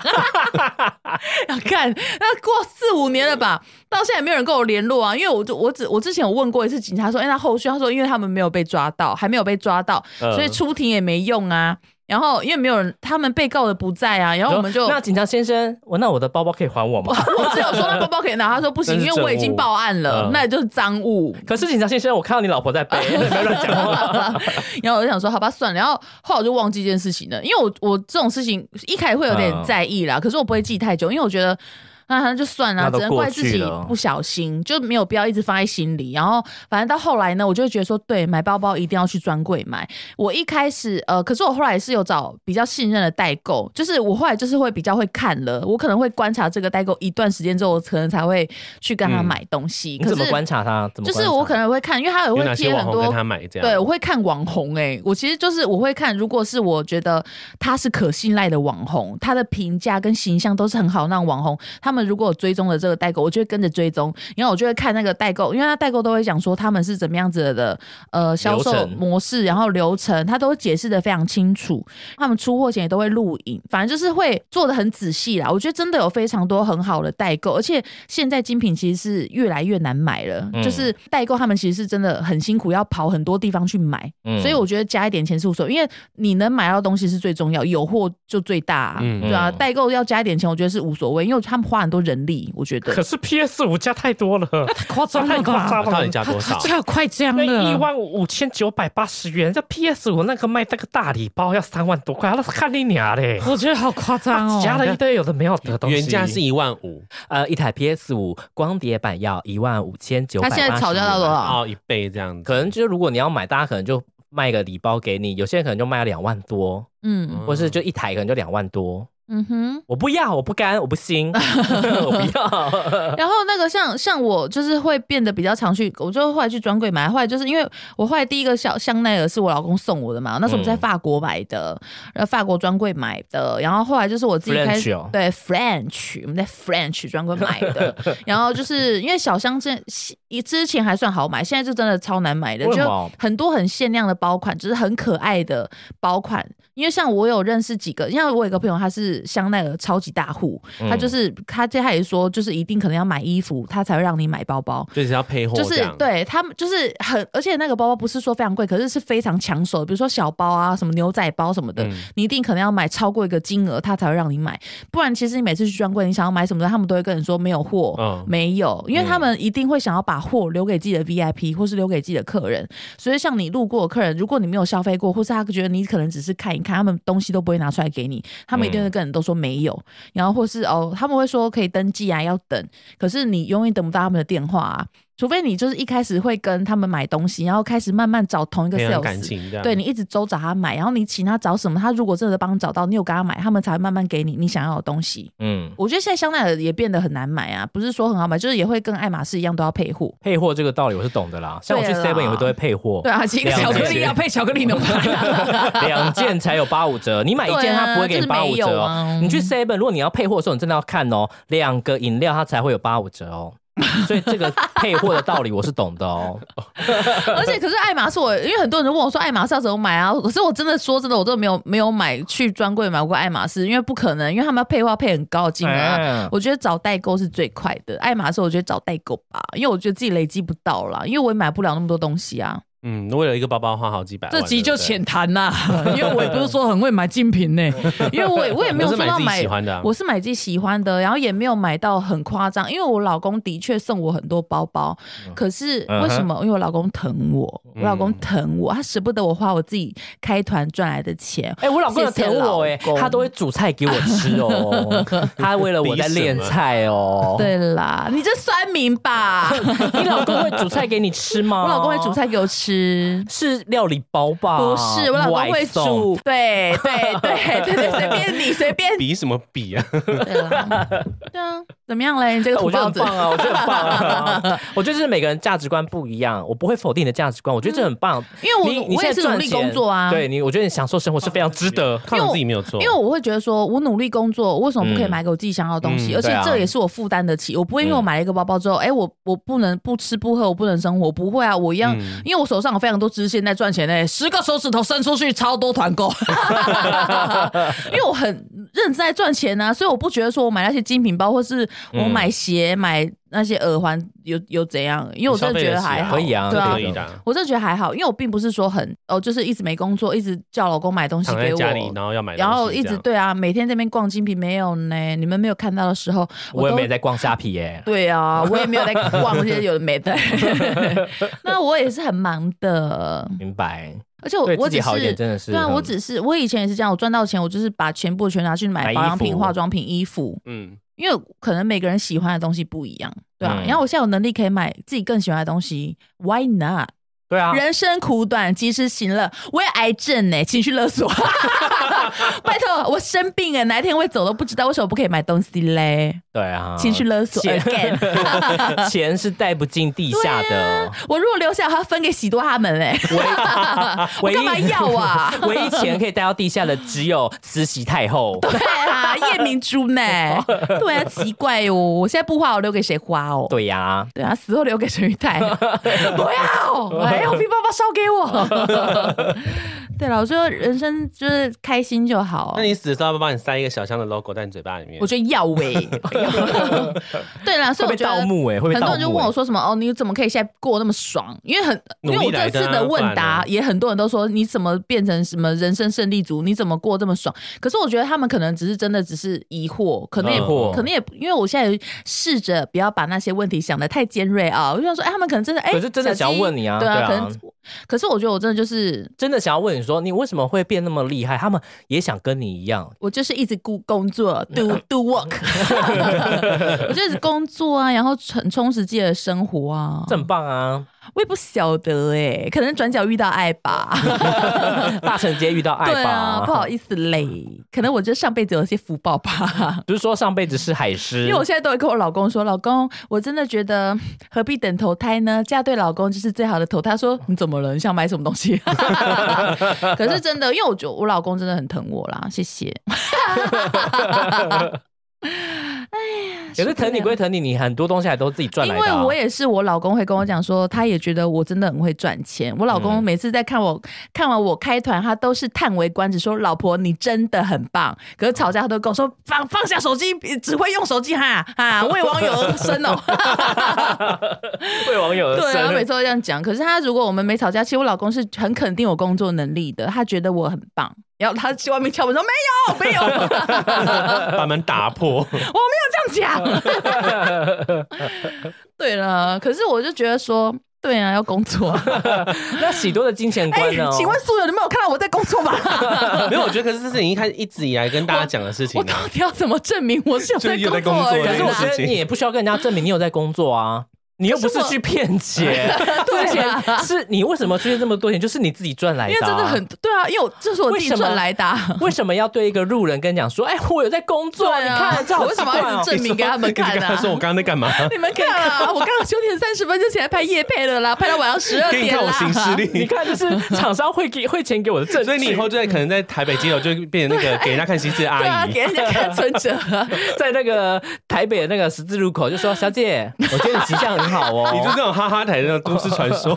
Speaker 4: 要看那过四五年了吧，到现在也没有人跟我联络啊，因为我就我只我之前有问过一次警察说，哎、那后续他说因为他们没有被抓到，还没有被抓到，
Speaker 6: 嗯
Speaker 4: 所以出庭也没用啊。然后因为没有人，他们被告的不在啊，然后我们就。
Speaker 6: 哦那警察先生，我那我的包包可以还
Speaker 4: <laughs>
Speaker 6: 我吗？
Speaker 4: 我只有说那包包可以拿，他说不行，
Speaker 5: 那是
Speaker 4: 因为我已经报案了，
Speaker 6: 证物嗯
Speaker 4: 那也就是赃物。
Speaker 6: 可是警察先生，我看到你老婆
Speaker 4: <laughs>
Speaker 6: 在背，不要乱讲话。
Speaker 4: 然后我就想说，好吧，算了。然后后来我就忘记这件事情了，因为我我这种事情一开始会有点在意啦，可是我不会记太久，因为我觉得。那那就算了，
Speaker 6: 那
Speaker 4: 只
Speaker 6: 都
Speaker 4: 能怪自己
Speaker 6: 过去了
Speaker 4: 不小心，就没有必要一直放在心里。然后，反正到后来呢，我就会觉得说，对，买包包一定要去专柜买。我一开始呃，可是我后来是有找比较信任的代购，就是我后来就是会比较会看了，我可能会观察这个代购一段时间之后，我可能才会去跟他
Speaker 5: 嗯
Speaker 4: 买东西。
Speaker 6: 你
Speaker 4: 可
Speaker 6: 怎么
Speaker 4: 是
Speaker 6: 观察他？怎么
Speaker 4: 啊就是我可能会看，因为他也
Speaker 5: 有
Speaker 4: 会
Speaker 5: 哪些
Speaker 4: 贴
Speaker 5: 网
Speaker 4: 啊很
Speaker 5: 红
Speaker 4: 多
Speaker 5: 跟他买这样？
Speaker 4: 对，我会看网红诶、我其实就是我会看，如果是我觉得他是可信赖的网红，他的评价跟形象都是很好，那种网红他们如果有追踪了这个代购，我就会跟着追踪，然后我就会看那个代购，因为他代购都会讲说他们是怎么样子的呃销
Speaker 6: 流
Speaker 4: 售
Speaker 6: 程
Speaker 4: 模式，然后流程，他都会解释的非常清楚，他们出货前也都会录影，反正就是会做的很仔细啦。我觉得真的有非常多很好的代购，而且现在精品其实是越来越难买了，
Speaker 6: 嗯
Speaker 4: 就是代购他们其实是真的很辛苦，要跑很多地方去买，
Speaker 6: 嗯
Speaker 4: 所以我觉得加一点钱是无所谓，因为你能买到的东西是最重要，有货就最大、啊，
Speaker 5: 嗯
Speaker 4: 对啊，
Speaker 6: 嗯
Speaker 4: 代购要加一点钱，我觉得是无所谓，因为他们花很多人力，我觉得
Speaker 7: 可是 PS 五加太多了，
Speaker 3: 夸张
Speaker 7: 太
Speaker 3: 了
Speaker 7: 夸
Speaker 3: 吧？
Speaker 7: 张
Speaker 5: 啊到
Speaker 7: 了
Speaker 5: 底。加
Speaker 4: <laughs>
Speaker 5: 多少？
Speaker 3: 这快这样
Speaker 7: 那一
Speaker 3: 了，
Speaker 7: 万五千九百八十元，这 PS 五那个卖那个大礼包要三万多块，那是看你娘嘞！
Speaker 3: 我觉得好夸张哦。
Speaker 7: 加了一堆有的没有的东西，
Speaker 5: 原价是一万五
Speaker 6: 呃，一台 PS 五光碟版要一万五千九
Speaker 4: 他
Speaker 6: 百，
Speaker 4: 现在吵架到多少？
Speaker 5: 哦，一倍这样子，
Speaker 6: 可能就是如果你要买，大家可能就卖个礼包给你，有些人可能就卖两万多，
Speaker 4: 嗯
Speaker 5: 嗯
Speaker 6: 或是就一台可能就两万多。
Speaker 4: 嗯哼。
Speaker 6: 我不要，我不干，我不
Speaker 4: <laughs>
Speaker 6: 行，我不 <laughs> 要。
Speaker 4: 然后那个像像我就是会变得比较常去，我就后来去专柜买，后来就是因为我后来第一个小香奈儿是我老公送我的嘛，那时候我们在
Speaker 6: 嗯
Speaker 4: 法国买的，然后法国专柜买的，然后后来就是我自己开始
Speaker 6: French 哦
Speaker 4: 对 French，我们在 French 专柜买
Speaker 6: <laughs>
Speaker 4: 的，然后就是因为小香之前之前还算好买，现在就真的超难买的，
Speaker 6: 为什
Speaker 4: 就
Speaker 6: 么
Speaker 4: 很多很限量的包款，就是很可爱的包款，因为像我有认识几个，因为我有一个朋友他是香奈儿超级大户，他
Speaker 6: 嗯
Speaker 4: 就是他这他也说，就是一定可能要买衣服，他才会让你买包包。
Speaker 5: 就是要配货
Speaker 4: 就
Speaker 5: 这
Speaker 4: 是
Speaker 5: 样，
Speaker 4: 对他们就是很，而且那个包包不是说非常贵，可是是非常抢手的，比如说小包啊，什么牛仔包什么
Speaker 5: 嗯
Speaker 4: 的，你一定可能要买超过一个金额，他才会让你买。不然其实你每次去专柜，你想要买什么的，他们都会跟你说没有货，
Speaker 5: 嗯
Speaker 4: 没有，因为他们一定会想要把货留给自己的 VIP 或是留给自己的客人。所以像你路过的客人，如果你没有消费过，或是他觉得你可能只是看一看，他们东西都不会拿出来给你，他们一
Speaker 5: 嗯
Speaker 4: 定会跟你都说没有，然后或是哦，他们会说可以登记啊，要等，可是你永远等不到他们的电话啊。除非你就是一开始会跟他们买东西，然后开始慢慢找同一个
Speaker 5: 培养
Speaker 4: sales，
Speaker 5: 感情这样。
Speaker 4: 对你一直周找他买，然后你请他找什么，他如果真的帮你找到，你有给他买，他们才会慢慢给你你想要的东西。
Speaker 6: 嗯，
Speaker 4: 我觉得现在香奈儿也变得很难买啊，不是说很好买，就是也会跟爱马仕一样都要配货。
Speaker 6: 配货这个道理我是懂的啦，像我去
Speaker 4: 对啦
Speaker 6: Seven 也会都会配
Speaker 5: 哦
Speaker 6: 货，
Speaker 4: 对啊，其实
Speaker 6: 了
Speaker 3: 巧
Speaker 6: 解
Speaker 4: 巧克
Speaker 3: 克
Speaker 4: 力啊
Speaker 3: 力
Speaker 4: 要
Speaker 3: 要
Speaker 4: 配
Speaker 3: 配巧克力牛
Speaker 5: <laughs>
Speaker 3: 排，
Speaker 6: <laughs> 两件才有八五
Speaker 4: <laughs>
Speaker 6: 折，你买一
Speaker 4: 对
Speaker 6: 件
Speaker 4: 啊
Speaker 6: 它不会给你八五
Speaker 4: 就是没
Speaker 6: 折
Speaker 4: 有
Speaker 6: 哦。
Speaker 4: 啊
Speaker 6: 你去 Seven，如果你要配货的时候，你真的要看哦，两个饮料它才会有八五折哦。 <laughs> 所以这个配货的道理我是懂的哦。
Speaker 4: 而且可是爱马仕我，因为很多人就问我说爱马仕要怎么买啊？可是我真的说真的，我真的没有没有买去专柜买过爱马仕，因为不可能，因为他们要配货要配很高的金额啊、
Speaker 7: 哎
Speaker 5: 哎
Speaker 6: 嗯
Speaker 4: 我觉得找代购是最快的，爱马仕我觉得找代购吧，因为我觉得自己累积不到啦，因为我也买不了那么多东西啊。
Speaker 5: 嗯，为了一个包包花好几百万，
Speaker 8: 这集就
Speaker 5: 对不对
Speaker 8: 浅谈呐，
Speaker 4: <laughs>
Speaker 8: 因为我也不是说很会买精
Speaker 5: <laughs>
Speaker 8: 品呢。
Speaker 4: 因为我也我也没有
Speaker 5: 我
Speaker 4: 说
Speaker 5: 是买
Speaker 4: 到
Speaker 5: 自己
Speaker 4: 买
Speaker 5: 喜欢的啊
Speaker 4: 我是买自己喜欢的，然后也没有买到很夸张，因为我老公的确送我很多包包，可是
Speaker 6: 嗯哼
Speaker 4: 为什么？因为我老公疼我，我老公疼
Speaker 5: 嗯
Speaker 4: 我，他舍不得我花我自己开团赚来的钱。
Speaker 5: 哦
Speaker 6: 哎、我老公有疼我哎、
Speaker 4: 谢谢老公
Speaker 6: 他都会煮菜给我吃
Speaker 4: <laughs>
Speaker 6: 哦，他为了我在练菜哦。，
Speaker 4: 对啦，你这酸民
Speaker 5: <laughs>
Speaker 4: 吧？
Speaker 6: 你老公
Speaker 5: 哦
Speaker 6: 会煮菜给你吃吗？
Speaker 4: 我老公会煮，菜给我吃。
Speaker 6: 是料理包吧？
Speaker 4: 不是，我老公会
Speaker 6: 啊外送
Speaker 4: 煮，对对对对对，随便你随
Speaker 6: <laughs>
Speaker 4: 便你，
Speaker 5: 比什么
Speaker 4: <laughs>
Speaker 5: 比啊？
Speaker 4: 对啦，对啊，怎么样嘞？你这个
Speaker 6: 哎
Speaker 4: 土
Speaker 6: 我觉得
Speaker 4: 包
Speaker 6: 很
Speaker 4: 子，
Speaker 6: 棒啊！我觉得很棒
Speaker 4: <laughs>
Speaker 6: 啊！我觉得就是每个人价值观不一样，我不会否定你的价值观，我觉得这很棒。
Speaker 4: 因为我
Speaker 6: 你你
Speaker 4: 我也
Speaker 6: 现在
Speaker 4: 是努
Speaker 6: 赚
Speaker 4: 力
Speaker 6: 钱
Speaker 4: 工作啊哦
Speaker 6: 对你，我觉得你享受生活是非常值得。
Speaker 5: 看来自己没有做，
Speaker 4: 因为我会觉得说，我努力工作，为什么不可以买给我自己想要的东西？
Speaker 5: 嗯
Speaker 4: 而且
Speaker 6: 嗯对啊嗯
Speaker 4: 这也是我负担得起，我不会因为我买了一个包包之后，哎、我我不能不吃不喝，我不能生活，我不会啊，我一样，
Speaker 5: 嗯
Speaker 4: 因为我手上有非常多支线在赚钱嘞、十个手指头伸出去超多团购， <laughs> 因为我很认真在赚钱啊，所以我不觉得说我买那些精品包，或是我
Speaker 5: 嗯
Speaker 4: 买鞋、买那些耳环有有怎样，因为我真的觉得还好，
Speaker 6: 可以啊，
Speaker 4: 对啊
Speaker 5: 可。以的啊。
Speaker 4: 我真的觉得还好，因为我并不是说很哦，就是一直没工作，一直叫老公买东西
Speaker 5: 躺在
Speaker 4: 给我，
Speaker 5: 家里，然后要买东西这
Speaker 4: 然
Speaker 5: 样，
Speaker 4: 后一直对啊，每天这边逛精品没有呢，你们没有看到的时候，
Speaker 6: 我也
Speaker 4: 都
Speaker 6: 没在逛虾皮耶、<laughs>
Speaker 4: 对啊，我也没有在逛这些有的没的。那我也是很忙的，
Speaker 6: 明白？
Speaker 4: 而且我
Speaker 6: 对
Speaker 4: 我
Speaker 6: 自
Speaker 4: 只
Speaker 6: 己好一点
Speaker 4: 是。
Speaker 6: 真的是
Speaker 4: 对啊，
Speaker 6: 很
Speaker 4: 我只是我以前也是这样，我赚到钱，我就是把全部全拿去买
Speaker 6: 买
Speaker 4: 保养
Speaker 6: 衣
Speaker 4: 品、
Speaker 6: 服
Speaker 4: 化妆品、衣服，
Speaker 5: 嗯，
Speaker 4: 因为可能每个人喜欢的东西不一样，对啊。
Speaker 6: 嗯
Speaker 4: 然后我现在有能力可以买自己更喜欢的东西，Why not？
Speaker 6: 对啊，
Speaker 4: 人生苦短，及时行乐。我有癌症呢、情绪勒索。
Speaker 6: <laughs>
Speaker 4: 拜托，我生病哎、哪一天会走都不知道，为什么不可以买东西嘞？
Speaker 6: 对啊，
Speaker 4: 情绪勒索
Speaker 6: 钱
Speaker 4: again。
Speaker 6: 钱是带不进地下的，
Speaker 4: 我如果留下，我还要分给喜多他们嘞、 <laughs> 我
Speaker 6: 唯一
Speaker 4: 干嘛要啊？
Speaker 6: <laughs> 唯一钱可以带到地下的只有慈禧太后。
Speaker 4: <laughs> 对啊，夜明珠呢？
Speaker 6: <laughs>
Speaker 4: 对啊，奇怪哦，我现在不花，我留给谁花哦？
Speaker 6: 对呀、
Speaker 4: 对啊，死后留给陈玉
Speaker 6: <laughs>
Speaker 4: 泰、不要，哎呀，我皮包包烧给
Speaker 6: <laughs>
Speaker 4: 我。对了，我觉得人生就是开心就好。
Speaker 5: 那你死的时候要不要帮你塞一个小香的 logo 在你嘴巴里面
Speaker 4: 我？觉得要喂、
Speaker 6: <laughs>
Speaker 4: 对啦，所
Speaker 6: 会
Speaker 4: 以
Speaker 6: 被
Speaker 4: 我觉
Speaker 6: 盗
Speaker 4: 得。
Speaker 6: 墓哎、会被
Speaker 4: 很
Speaker 6: 盗墓、
Speaker 4: 多人就问我，说什么哦，你怎么可以现在过得那么爽？因为很，因
Speaker 5: 努力
Speaker 4: 为我这次
Speaker 5: 来的啊
Speaker 4: 的问
Speaker 5: 不然
Speaker 4: 答
Speaker 5: 呢
Speaker 4: 也很多人都说你怎么变成什么人生胜利组？你怎么过这么爽？可是我觉得他们可能只是真的只是疑惑，可能也
Speaker 5: 疑惑
Speaker 4: 可能也因为我现在试着不要把那些问题想的太尖锐啊。我就想说，哎，他们可能真的哎，
Speaker 6: 可是真的
Speaker 4: 小
Speaker 6: 想
Speaker 4: 鸡
Speaker 6: 要问你啊
Speaker 4: 对
Speaker 6: 对
Speaker 4: 啊，
Speaker 6: 啊
Speaker 4: 可能可是我觉得我真的就是
Speaker 6: 真的想要问你说，你为什么会变那么厉害？他们也想跟你一样，
Speaker 4: 我就是一直工工
Speaker 6: <laughs>
Speaker 4: 作，do do work，我就一直工作啊，然后很充实自己的生活啊。
Speaker 6: 这很棒啊！
Speaker 4: 我也不晓得哎、可能转角遇到爱
Speaker 6: <laughs>
Speaker 4: 吧。
Speaker 6: 大成街
Speaker 4: <laughs>
Speaker 6: 遇到爱
Speaker 4: 哦对
Speaker 6: 吧，
Speaker 4: 啊，不好意思嘞，可能我这上辈子有些福
Speaker 6: <laughs>
Speaker 4: 报吧。
Speaker 6: 不是说上辈子是海狮，
Speaker 4: 因为我现在都会跟我老公说，老公，我真的觉得何必等投胎呢？嫁对老公就是最好的投胎。他说你怎么了？你想买什么东西？ <laughs> 可是真的，因为我觉得我老公真的很疼我啦，谢谢。
Speaker 6: 可是疼你归疼你，你很多东西还都自己赚
Speaker 4: 因
Speaker 6: 来的啊、
Speaker 4: 为我也是，我老公会跟我讲说，他也觉得我真的很会赚钱。我老
Speaker 6: 嗯
Speaker 4: 公每次在看我、看完我开团，他都是叹为观止，说：“老婆，你真的很棒。”可是吵架，他都跟我说：“放放下手机，只会用手机哈
Speaker 6: <laughs>
Speaker 4: 啊，为网友而生哦。
Speaker 6: <laughs> 为网”友而
Speaker 4: 对啊，每
Speaker 6: 生
Speaker 4: 次。都这样讲。可是他如果我们没吵架，其实我老公是很肯定我工作能力的，他觉得我很棒。然后他去外面敲门说：“没有，没有。” <laughs>
Speaker 5: <laughs> 把门打破，
Speaker 4: 我没有这样讲。
Speaker 5: <laughs>
Speaker 4: 对了，可是我就觉得说，对啊，要工作。
Speaker 5: <laughs>
Speaker 6: 那喜多的金钱观呢、
Speaker 4: 哎
Speaker 6: 哦
Speaker 4: 请问素友，你没有看到我在工
Speaker 5: <laughs>
Speaker 4: 作吗？
Speaker 5: 没有，我觉得可是这是你一开一直以来跟大家讲的事情
Speaker 4: 我
Speaker 5: 啊。
Speaker 4: 到底要怎么证明我是有在工作的
Speaker 5: 就是有在工作的
Speaker 6: 可
Speaker 4: 人
Speaker 6: 是我
Speaker 5: 人
Speaker 4: 啊？
Speaker 6: 觉得你也不需要跟人家证明你有在工作啊，你又不是去骗钱，
Speaker 4: <laughs> 对啊，
Speaker 5: <laughs>
Speaker 6: 是你为什么出现这么多钱，就是你自己赚来
Speaker 4: 因
Speaker 6: 的、啊。
Speaker 4: 为真的很对啊，因为我这是我自己
Speaker 6: 为什么
Speaker 4: 赚来的啊。
Speaker 6: 为什么要对一个路人跟讲说，哎，我有在工作，
Speaker 4: 对
Speaker 6: 你
Speaker 4: 啊
Speaker 6: 看这好
Speaker 4: 为
Speaker 6: 奇
Speaker 4: 什么
Speaker 6: 怪
Speaker 4: 要一
Speaker 6: 哦
Speaker 4: 直。证明给他们
Speaker 5: 一
Speaker 4: 看
Speaker 5: 直跟他说我
Speaker 4: 啊？
Speaker 5: 刚刚在
Speaker 4: <laughs>
Speaker 5: 干嘛？
Speaker 4: 你们看啊，我刚刚九点三十分就起来拍夜配了啦，拍到晚上十二
Speaker 5: 给你
Speaker 4: 点啊
Speaker 5: 看我
Speaker 4: 啦。
Speaker 5: 行事
Speaker 6: 你
Speaker 5: 历。
Speaker 6: 看，这是厂商会给汇钱给我的证据。
Speaker 5: <laughs> 所以你以后就在可能在台北街头就变成那个给人家看西施的
Speaker 4: <laughs> 对
Speaker 5: 阿
Speaker 4: 啊，
Speaker 5: 姨
Speaker 4: 给，人家看存折啊，
Speaker 6: <laughs> 在那个台北的那个十字路口就说：“小
Speaker 4: <laughs>
Speaker 6: 姐，我觉得你形象很好哦。”
Speaker 5: 你就这种哈哈台的那种都市传说，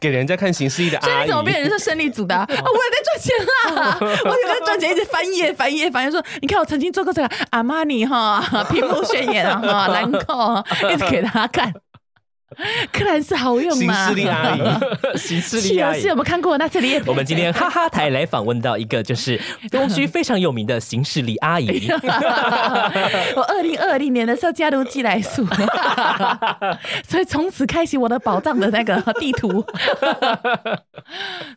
Speaker 5: 给人家看形式的
Speaker 4: 所以
Speaker 5: 阿
Speaker 4: 你怎么变
Speaker 5: 姨。
Speaker 4: 成是胜利组
Speaker 6: <laughs>
Speaker 4: 的啊？啊我也在赚钱啦，我也在赚钱，一直翻页翻页翻页，说你看我曾经做过这个 <laughs>
Speaker 6: <laughs>
Speaker 4: 阿玛尼哈，屏幕宣言啊哈，兰蔻啊，一直给大家看。克兰斯好用
Speaker 5: 新
Speaker 4: 吗？
Speaker 5: 势力阿姨，
Speaker 6: 形式
Speaker 4: 去
Speaker 6: 力
Speaker 4: 游
Speaker 6: 阿
Speaker 4: 戏
Speaker 6: 姨
Speaker 4: 有。没有看过那这里？
Speaker 6: 我们今天哈哈台来访问到一个就是东区非常有名的形式力阿姨，
Speaker 4: <laughs> 我二零二零年的时候加入寄来 <laughs> 素，所以从此开启我的宝藏的那个地 <laughs> 图。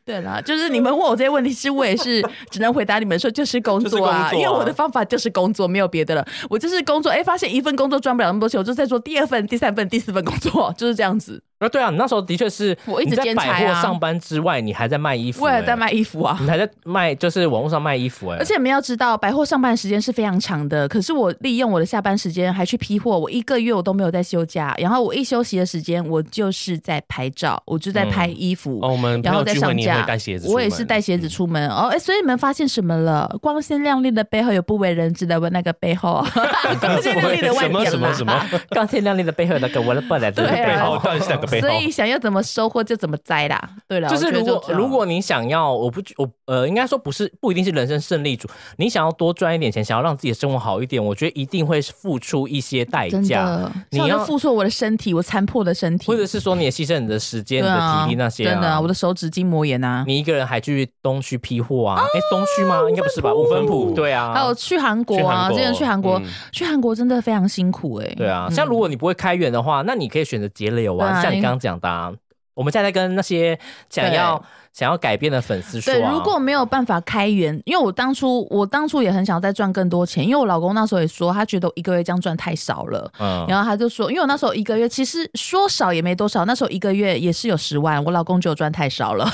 Speaker 4: 对啦，就是你们问我这些问题，是我也 <laughs> 是只能回答你们说就是工作啊，
Speaker 5: 就是工作啊
Speaker 4: 因为我的方法就是工作，没有别的了。我就是工作，哎、发现一份工作赚不了那么多钱，我就在做第二份、第三份、第四份工作，就是这样子。
Speaker 6: 啊，对啊，你那时候的确是
Speaker 4: 我一直
Speaker 6: 你在
Speaker 4: 兼差啊
Speaker 6: 百货上班之外，你还在卖衣服、
Speaker 4: 我也在
Speaker 6: 欸，
Speaker 4: 卖衣服啊。
Speaker 6: 你还在卖，就是网络上卖衣服、欸，
Speaker 4: 而且你们要知道，百货上班时间是非常长的。可是我利用我的下班时间还去批货，我一个月我都没有在休假。然后我一休息的时间，我就是在拍照，我就在拍衣服，
Speaker 5: 哦，我们
Speaker 4: 然
Speaker 5: 朋
Speaker 4: 后
Speaker 5: 友
Speaker 4: 再
Speaker 5: 聚会
Speaker 4: 上
Speaker 5: 你也
Speaker 4: 架。
Speaker 5: 会带鞋子出门，
Speaker 4: 我也是带鞋子出门、哦。哎、所以你们发现什么了？光鲜亮丽的背后有不为人知的那个背后，
Speaker 6: <laughs>
Speaker 4: 光鲜亮丽的外
Speaker 5: 什
Speaker 4: 表
Speaker 5: 么
Speaker 4: 啦
Speaker 5: 什么什么，
Speaker 6: 光鲜亮丽的背后那个我的本来的
Speaker 4: 对啊
Speaker 6: 背后，
Speaker 5: 到底是哪个背后
Speaker 4: <laughs> 所？以想要怎么收获就怎么摘啦。对了，
Speaker 6: 就是
Speaker 4: 我觉得
Speaker 6: 如果
Speaker 4: 这样
Speaker 6: 如果你想要，我不我呃，应该说不是不一定是人生胜利组，你想要多赚一点钱，想要让自己的生活好一点，我觉得一定会付出一些代
Speaker 4: 真
Speaker 6: 价，
Speaker 4: 的，
Speaker 6: 你
Speaker 4: 像我
Speaker 6: 要
Speaker 4: 就付出我的身体，我残破的身体，
Speaker 6: 或者是说你也牺牲你的时间、
Speaker 4: 对
Speaker 6: 你
Speaker 4: 啊
Speaker 6: 的体力那些、啊，
Speaker 4: 真的、我的手指筋膜炎啊。
Speaker 6: 你一个人还去东区批货
Speaker 4: 哦
Speaker 6: 啊？哎、东区吗？应该不是吧？五分铺，对啊，
Speaker 4: 还有去韩国啊，
Speaker 5: 去韩国嗯
Speaker 4: 之前去韩国，去韩国真的非常辛苦哎、
Speaker 6: 对啊，像如果你不会开源的话，那你可以选择节流啊，
Speaker 4: 对啊
Speaker 6: 像你
Speaker 4: 因
Speaker 6: 刚刚讲的、啊。我们现在在跟那些想要想要改变的粉丝说、啊，
Speaker 4: 对，如果没有办法开源，因为我当初我当初也很想再赚更多钱，因为我老公那时候也说，他觉得我一个月这样赚太少了。
Speaker 6: 嗯
Speaker 5: 啊
Speaker 4: 然后他就说，因为我那时候一个月其实说少也没多少，那时候一个月也是有十万，我老公就赚太少
Speaker 5: <laughs>
Speaker 4: 了，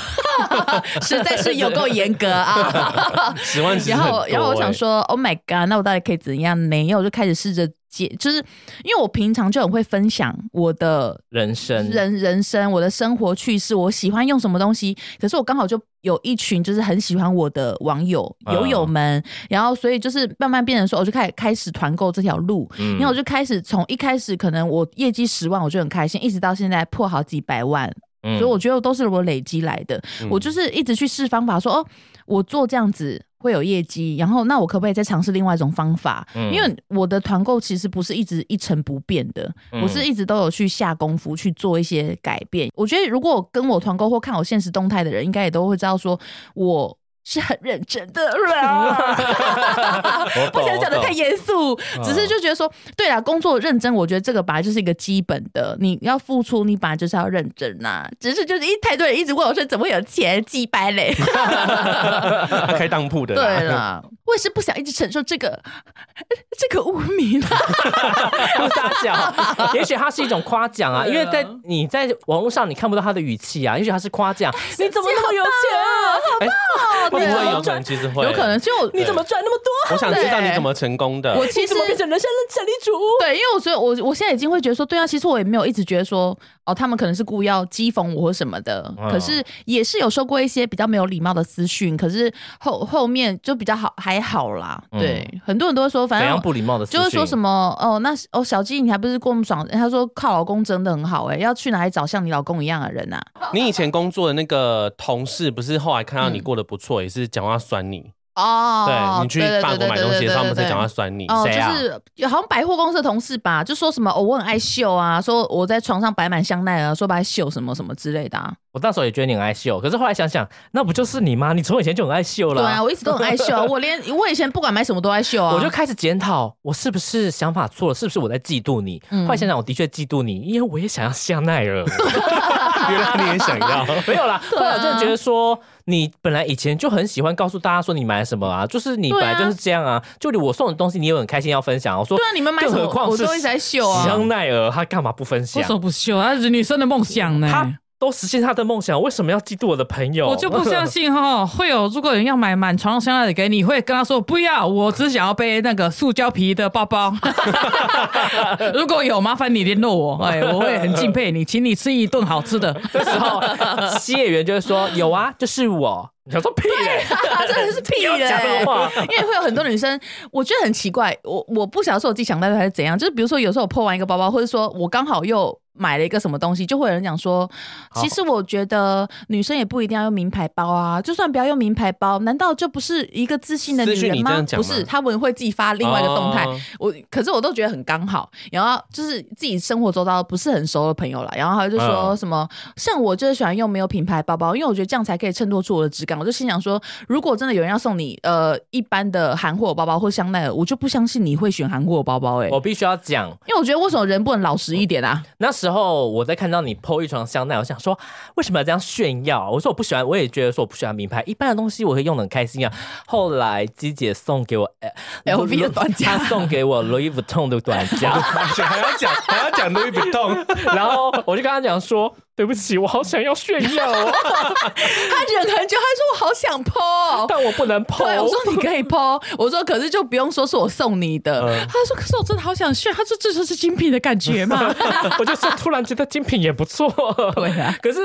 Speaker 4: 实在是有够严格
Speaker 5: <laughs>
Speaker 4: 啊。
Speaker 5: 十万其实
Speaker 4: 然
Speaker 5: 很多
Speaker 4: 后，
Speaker 5: 欸
Speaker 4: 然后我想，说，Oh my god，那我到底可以怎样呢？然后我就开始试着解，就是因为我平常就很会分享我的
Speaker 6: 人生
Speaker 4: 人人生，我的生活趣事，我喜欢用什么东西。可是我刚好就有一群就是很喜欢我的网友
Speaker 6: 嗯
Speaker 4: 友友们，然后所以就是慢慢变成说，我就开始开始团购这条路，
Speaker 6: 嗯
Speaker 4: 因为我就开始从一开始可能我业绩十万我就很开心，一直到现在破好几百万，
Speaker 6: 嗯
Speaker 4: 所以我觉得都是我累积来的。我就是一直去试方法，说哦，我做这样子会有业绩，然后那我可不可以再尝试另外一种方法？
Speaker 6: 嗯 <laughs>
Speaker 4: 因为我的团购其实不是一直一成不变的，
Speaker 6: 嗯
Speaker 4: 我是一直都有去下功夫去做一些改变。我觉得如果跟我团购或看我现实动态的人，应该也都会知道说我。是很认真的啊
Speaker 6: <laughs>
Speaker 4: 啦，
Speaker 6: 我
Speaker 4: 不
Speaker 6: 懂
Speaker 4: 想讲的
Speaker 6: 我懂
Speaker 4: 太严肃，只是就觉得说，对啦，工作认真，我觉得这个本来就是一个基本的，你要付出，你本来就是要认真呐、只是就是一太多人一直问我说，怎么会有钱几百嘞？
Speaker 5: 他开当铺的，
Speaker 4: 对，啦，我也是不想一直承受这个 <laughs> 这个污名啊啦。
Speaker 6: 不撒
Speaker 4: <laughs>
Speaker 6: 娇，也许它是一种夸奖啊，因为在你在网络上你看不到他的语气啊，也许他是夸
Speaker 4: <laughs>
Speaker 6: 奖，你怎么那么有钱
Speaker 5: 会不会有可能其实会
Speaker 4: 有可能，就我
Speaker 6: 啊？你怎么赚那么多？
Speaker 5: 我想知道你怎么成功的。
Speaker 4: 我其实
Speaker 6: 变成人生的胜利主？
Speaker 4: 对，因为我觉得我我现在已经会觉得说，对啊，其实我也没有一直觉得说，哦，他们可能是故意要讥讽我或什么的，
Speaker 5: 嗯
Speaker 4: 可是也是有收过一些比较没有礼貌的私讯，可是后后面就比较好，还好啦。
Speaker 5: 嗯
Speaker 4: 对，很多人都会说，反
Speaker 6: 怎
Speaker 4: 正
Speaker 6: 样不礼貌的私讯？
Speaker 4: 啊就是说什么哦，那哦，小鸡你还不是过那么爽？他说靠老公真的很好哎、要去哪里找像你老公一样的人啊？
Speaker 5: 你以前工作的那个同事，不是后来看到你过得不错，也是讲话酸你，
Speaker 4: 哦
Speaker 5: 对，你去法国买东西的时候，他们才讲话
Speaker 4: 话。
Speaker 5: 酸你。
Speaker 4: 哦，
Speaker 6: 谁啊
Speaker 4: 就是有好像百货公司的同事吧，就说什么、哦、我很爱秀啊，说我在床上摆满香奈儿，说白秀什么什么之类的、啊。
Speaker 6: 我那时候也觉得你很爱秀，可是后来想想，那不就是你吗？你从以前就很爱秀了。
Speaker 4: 对啊，我一直都很爱秀啊，我连我以前不管买什么都爱秀
Speaker 6: <laughs>
Speaker 4: 啊。
Speaker 6: 我就开始检讨，我是不是想法错了？是不是我在嫉妒你？
Speaker 4: 嗯
Speaker 6: 后来想想，我的确嫉妒你，因为我也想要香奈儿。
Speaker 5: <laughs> 原来你也想要，
Speaker 6: <laughs> 没有啦，
Speaker 8: 啊
Speaker 6: 后来我真的觉得说，你本来以前就很喜欢告诉大家说你买了什么啊，就是你
Speaker 4: 对啊
Speaker 6: 本来就是这样啊。就你我送的东西，你也很开心要分享啊。我说，
Speaker 4: 对啊，你们买什
Speaker 6: 更
Speaker 4: 么
Speaker 6: 何况
Speaker 4: 我
Speaker 6: 是
Speaker 4: 都一直在秀啊。
Speaker 6: 香奈儿，他干嘛不分
Speaker 8: 为
Speaker 6: 享
Speaker 8: 什？么不秀？那是女生的梦想呢。
Speaker 6: 他都实现他的梦想，为什么要嫉妒我的朋友？
Speaker 8: 我就不相。 <laughs> 信哈，会有如果有人要买满床香奈儿给你，会跟他说不要，我只想要背那个塑胶皮的包 <laughs> 包。如果有，麻烦你联络我，哎，我会很敬佩你，请你吃一顿好吃的。
Speaker 6: <laughs> 这时
Speaker 8: <laughs>
Speaker 6: 候，谢元就会说：“有啊，就是我。”你想说屁嘞、
Speaker 4: 啊，真的是屁人、
Speaker 6: 讲
Speaker 4: 欸
Speaker 6: 的话，
Speaker 4: 因为会有很多女生，我觉得很奇怪，我我不晓得是我自己想到底还是怎样，就是比如说有时候我破完一个包包，或者说我刚好又买了一个什么东西，就会有人讲说，其实我觉得女生也不一定要用名牌包啊，就算不要用名牌包，难道就不是一个自信的女
Speaker 5: 私讯
Speaker 4: 人
Speaker 5: 你这
Speaker 4: 吗
Speaker 5: 样？讲
Speaker 4: 不
Speaker 5: 吗
Speaker 4: 是，他们会自己发另外一个动态。
Speaker 5: 哦
Speaker 4: 我可是我都觉得很刚好，然后就是自己生活周遭不是很熟的朋友啦，然后他就说
Speaker 6: 嗯
Speaker 4: 什么、像我就是喜欢用没有品牌包包，因为我觉得这样才可以衬托出我的质感。我就心想说，如果真的有人要送你呃一般的韩货包包或香奈儿，我就不相信你会选韩货包包哎、欸
Speaker 6: 我必须要讲，
Speaker 4: 因为我觉得为什么人不能老实一点啊？ <laughs>
Speaker 6: 那时候我在看到你剖一床香奈，我想说为什么要这样炫耀啊？我说我不喜欢，我也觉得说我不喜欢名牌，一般的东西我会用的很开心啊。后来姬姐送给我呃
Speaker 4: LV 的短夹
Speaker 6: 她送给我 Louis Vuitton 的短夹，
Speaker 4: <laughs>
Speaker 5: 还要讲还要讲 Louis Vuitton，
Speaker 6: 然后我就跟她讲说。对不起，我好想要炫耀哦，
Speaker 4: 他忍很久，他说我好想剖哦、
Speaker 6: <laughs> 但我不能剖。
Speaker 4: 对，我说你可以剖，我说可是就不用说是我送你的。
Speaker 8: 他说：“可是我真的好想炫，他说这就是精品的感觉嘛。
Speaker 7: 我就说突然觉得精品也不错。
Speaker 4: <laughs>
Speaker 7: <laughs>
Speaker 4: 对啊，
Speaker 6: 可是，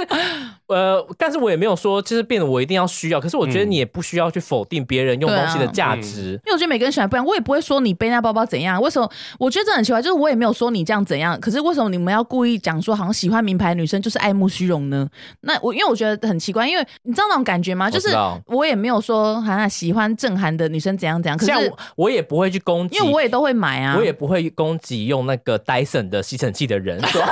Speaker 6: 呃，但是我也没有说，就是变得我一定要需要。可是我
Speaker 4: 嗯
Speaker 6: 觉得你也不需要去否定别人用
Speaker 4: 啊
Speaker 6: 东西的价值。
Speaker 4: 因为我觉得每个人喜欢不一样，我也不会说你背那包包怎样。为什么？我觉得这很奇怪，就是我也没有说你这样怎样，可是为什么你们要故意讲说好像喜欢名牌的女生就是爱慕虚荣呢？ <laughs> 那我因为我觉得很奇怪，因为你知道那种感觉吗？就
Speaker 6: 知
Speaker 4: 是
Speaker 6: 道
Speaker 4: 我也没有说好像喜欢正韩的女生怎样怎样，可
Speaker 6: 像
Speaker 4: 是
Speaker 6: 我我也不会去攻击，
Speaker 4: 因为我也都会买啊，
Speaker 6: 我也不会攻击用那个 Dyson 的吸尘器的人。 <laughs> 说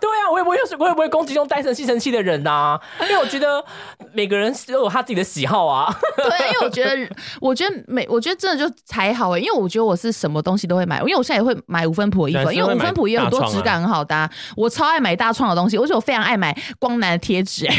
Speaker 6: 对啊，我也不会，我也不会攻击用 Dyson 吸尘器的人呐、因为我觉得每个人都有他自己的喜好啊。
Speaker 4: 对，因为我觉得， <laughs> 我觉得每，我觉得真的就还好哎、因为我觉得我是什么东西都会买，因为我现在也会买五分谱的衣服，啊
Speaker 5: 对啊
Speaker 4: 因为五分谱也有很多
Speaker 5: 是会买大创
Speaker 4: 质
Speaker 5: 啊
Speaker 4: 感很好的啊、我超爱买大创的东西，而且我非常爱买光南的贴纸、
Speaker 5: <laughs>
Speaker 4: 欸，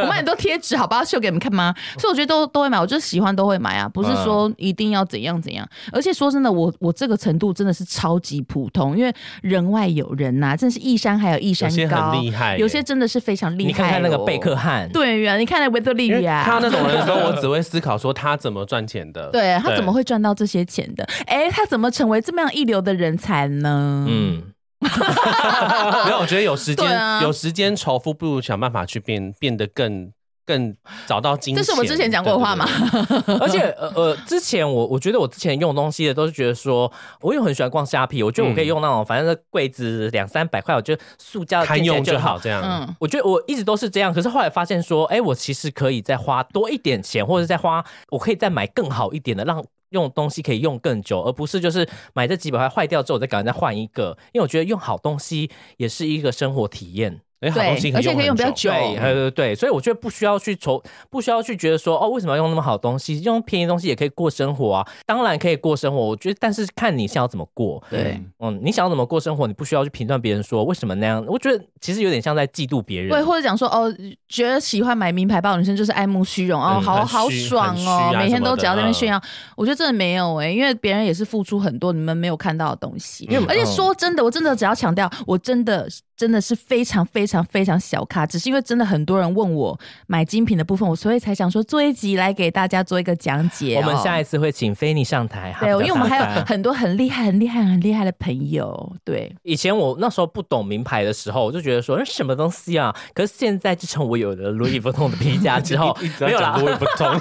Speaker 4: 我买很多贴纸，好吧，秀给你们看吗？所以我觉得都都会买，我就是喜欢都会买啊，不是
Speaker 5: 嗯
Speaker 4: 说一定要怎样怎样。而且说真的，我我这个程度真的是超级普通，因为人外有人呐、真的是一山还有一山
Speaker 5: 有些
Speaker 4: 高，
Speaker 5: 很厉害耶
Speaker 4: 有些真的是非常厉害、哦
Speaker 6: 你看看那个贝克。汉，
Speaker 4: 对呀，你看那维多利
Speaker 5: 因为
Speaker 4: 亚，
Speaker 5: 他那种人说，我只会思考说他怎么赚钱的，
Speaker 4: 啊 <laughs> 对他怎么会赚到这些钱的？哎，他怎么成为这么样一流的人才呢？
Speaker 6: 嗯，
Speaker 5: 没有，我觉得有时间、
Speaker 4: 啊对啊
Speaker 5: 有时间仇富，不如想办法去变变得更更找到金
Speaker 4: 这
Speaker 5: 钱。
Speaker 4: 是我们之前讲过的话嘛
Speaker 5: 对？
Speaker 4: <laughs>
Speaker 5: 对对
Speaker 6: 而且呃呃，之前我我觉得我之前用东西的都是觉得说，我也很喜欢逛虾皮，我觉得我可以用那种、反正是柜子两三百块，我觉得塑胶
Speaker 5: 对
Speaker 6: 看
Speaker 5: 堪
Speaker 6: 起来
Speaker 5: 用
Speaker 6: 就
Speaker 5: 就
Speaker 6: 好
Speaker 5: 好，。这样。
Speaker 4: 嗯，
Speaker 6: 我觉得我一直都是这样，可是后来发现说，哎、我其实可以再花多一点钱，或者再花，我可以再买更好一点的，让用东西可以用更久，而不是就是买这几百块坏掉之后，我再赶快再换一个。因为我觉得用好东西也是一个生活体验。
Speaker 5: 哎，好东西
Speaker 4: 对，而且可以用
Speaker 5: 很
Speaker 4: 比较久。
Speaker 5: 久
Speaker 6: 对，对对对，所以我觉得不需要去愁，不需要去觉得说哦，为什么要用那么好的东西？用便宜的东西也可以过生活啊，当然可以过生活。我觉得，但是看你想要怎么过。
Speaker 4: 对，
Speaker 6: 嗯，你想要怎么过生活，你不需要去评断别人说为什么那样。我觉得其实有点像在嫉妒别人。
Speaker 4: 对，或者讲说哦，觉得喜欢买名牌包的女生就是爱慕虚荣哦，
Speaker 5: 嗯
Speaker 4: 好
Speaker 5: 很
Speaker 4: 好
Speaker 5: 虚
Speaker 4: 爽
Speaker 5: 很虚
Speaker 4: 哦
Speaker 5: 啊，
Speaker 4: 每
Speaker 5: 什
Speaker 4: 天
Speaker 5: 么
Speaker 4: 都
Speaker 5: 的
Speaker 4: 只要在那边
Speaker 5: 嗯
Speaker 4: 炫耀。我觉得真的没有哎，因为别人也是付出很多你们没有看到的东西
Speaker 6: 因为。
Speaker 4: 而且
Speaker 6: 嗯
Speaker 4: 说真的，我真的只要强调，我真的真的是非常非常非常小咖，只是因为真的很多人问我买精品的部分，我所以才想说做一集来给大家做一个讲解哦。
Speaker 6: 我们下一次会请菲尼上台。
Speaker 4: 对，
Speaker 6: 哈
Speaker 4: 因为我们还
Speaker 6: 啊比较 <laughs>
Speaker 4: 有
Speaker 6: 大
Speaker 4: 很多很厉害、很厉害、很厉害的朋友。对，
Speaker 6: 以前我那时候不懂名牌的时候，我就觉得说那什么东西啊。可是现在自从我有了 Louis Vuitton 的皮夹之
Speaker 4: <laughs>
Speaker 6: 后
Speaker 5: 一直，要
Speaker 6: 没有啦
Speaker 5: 讲，Louis Vuitton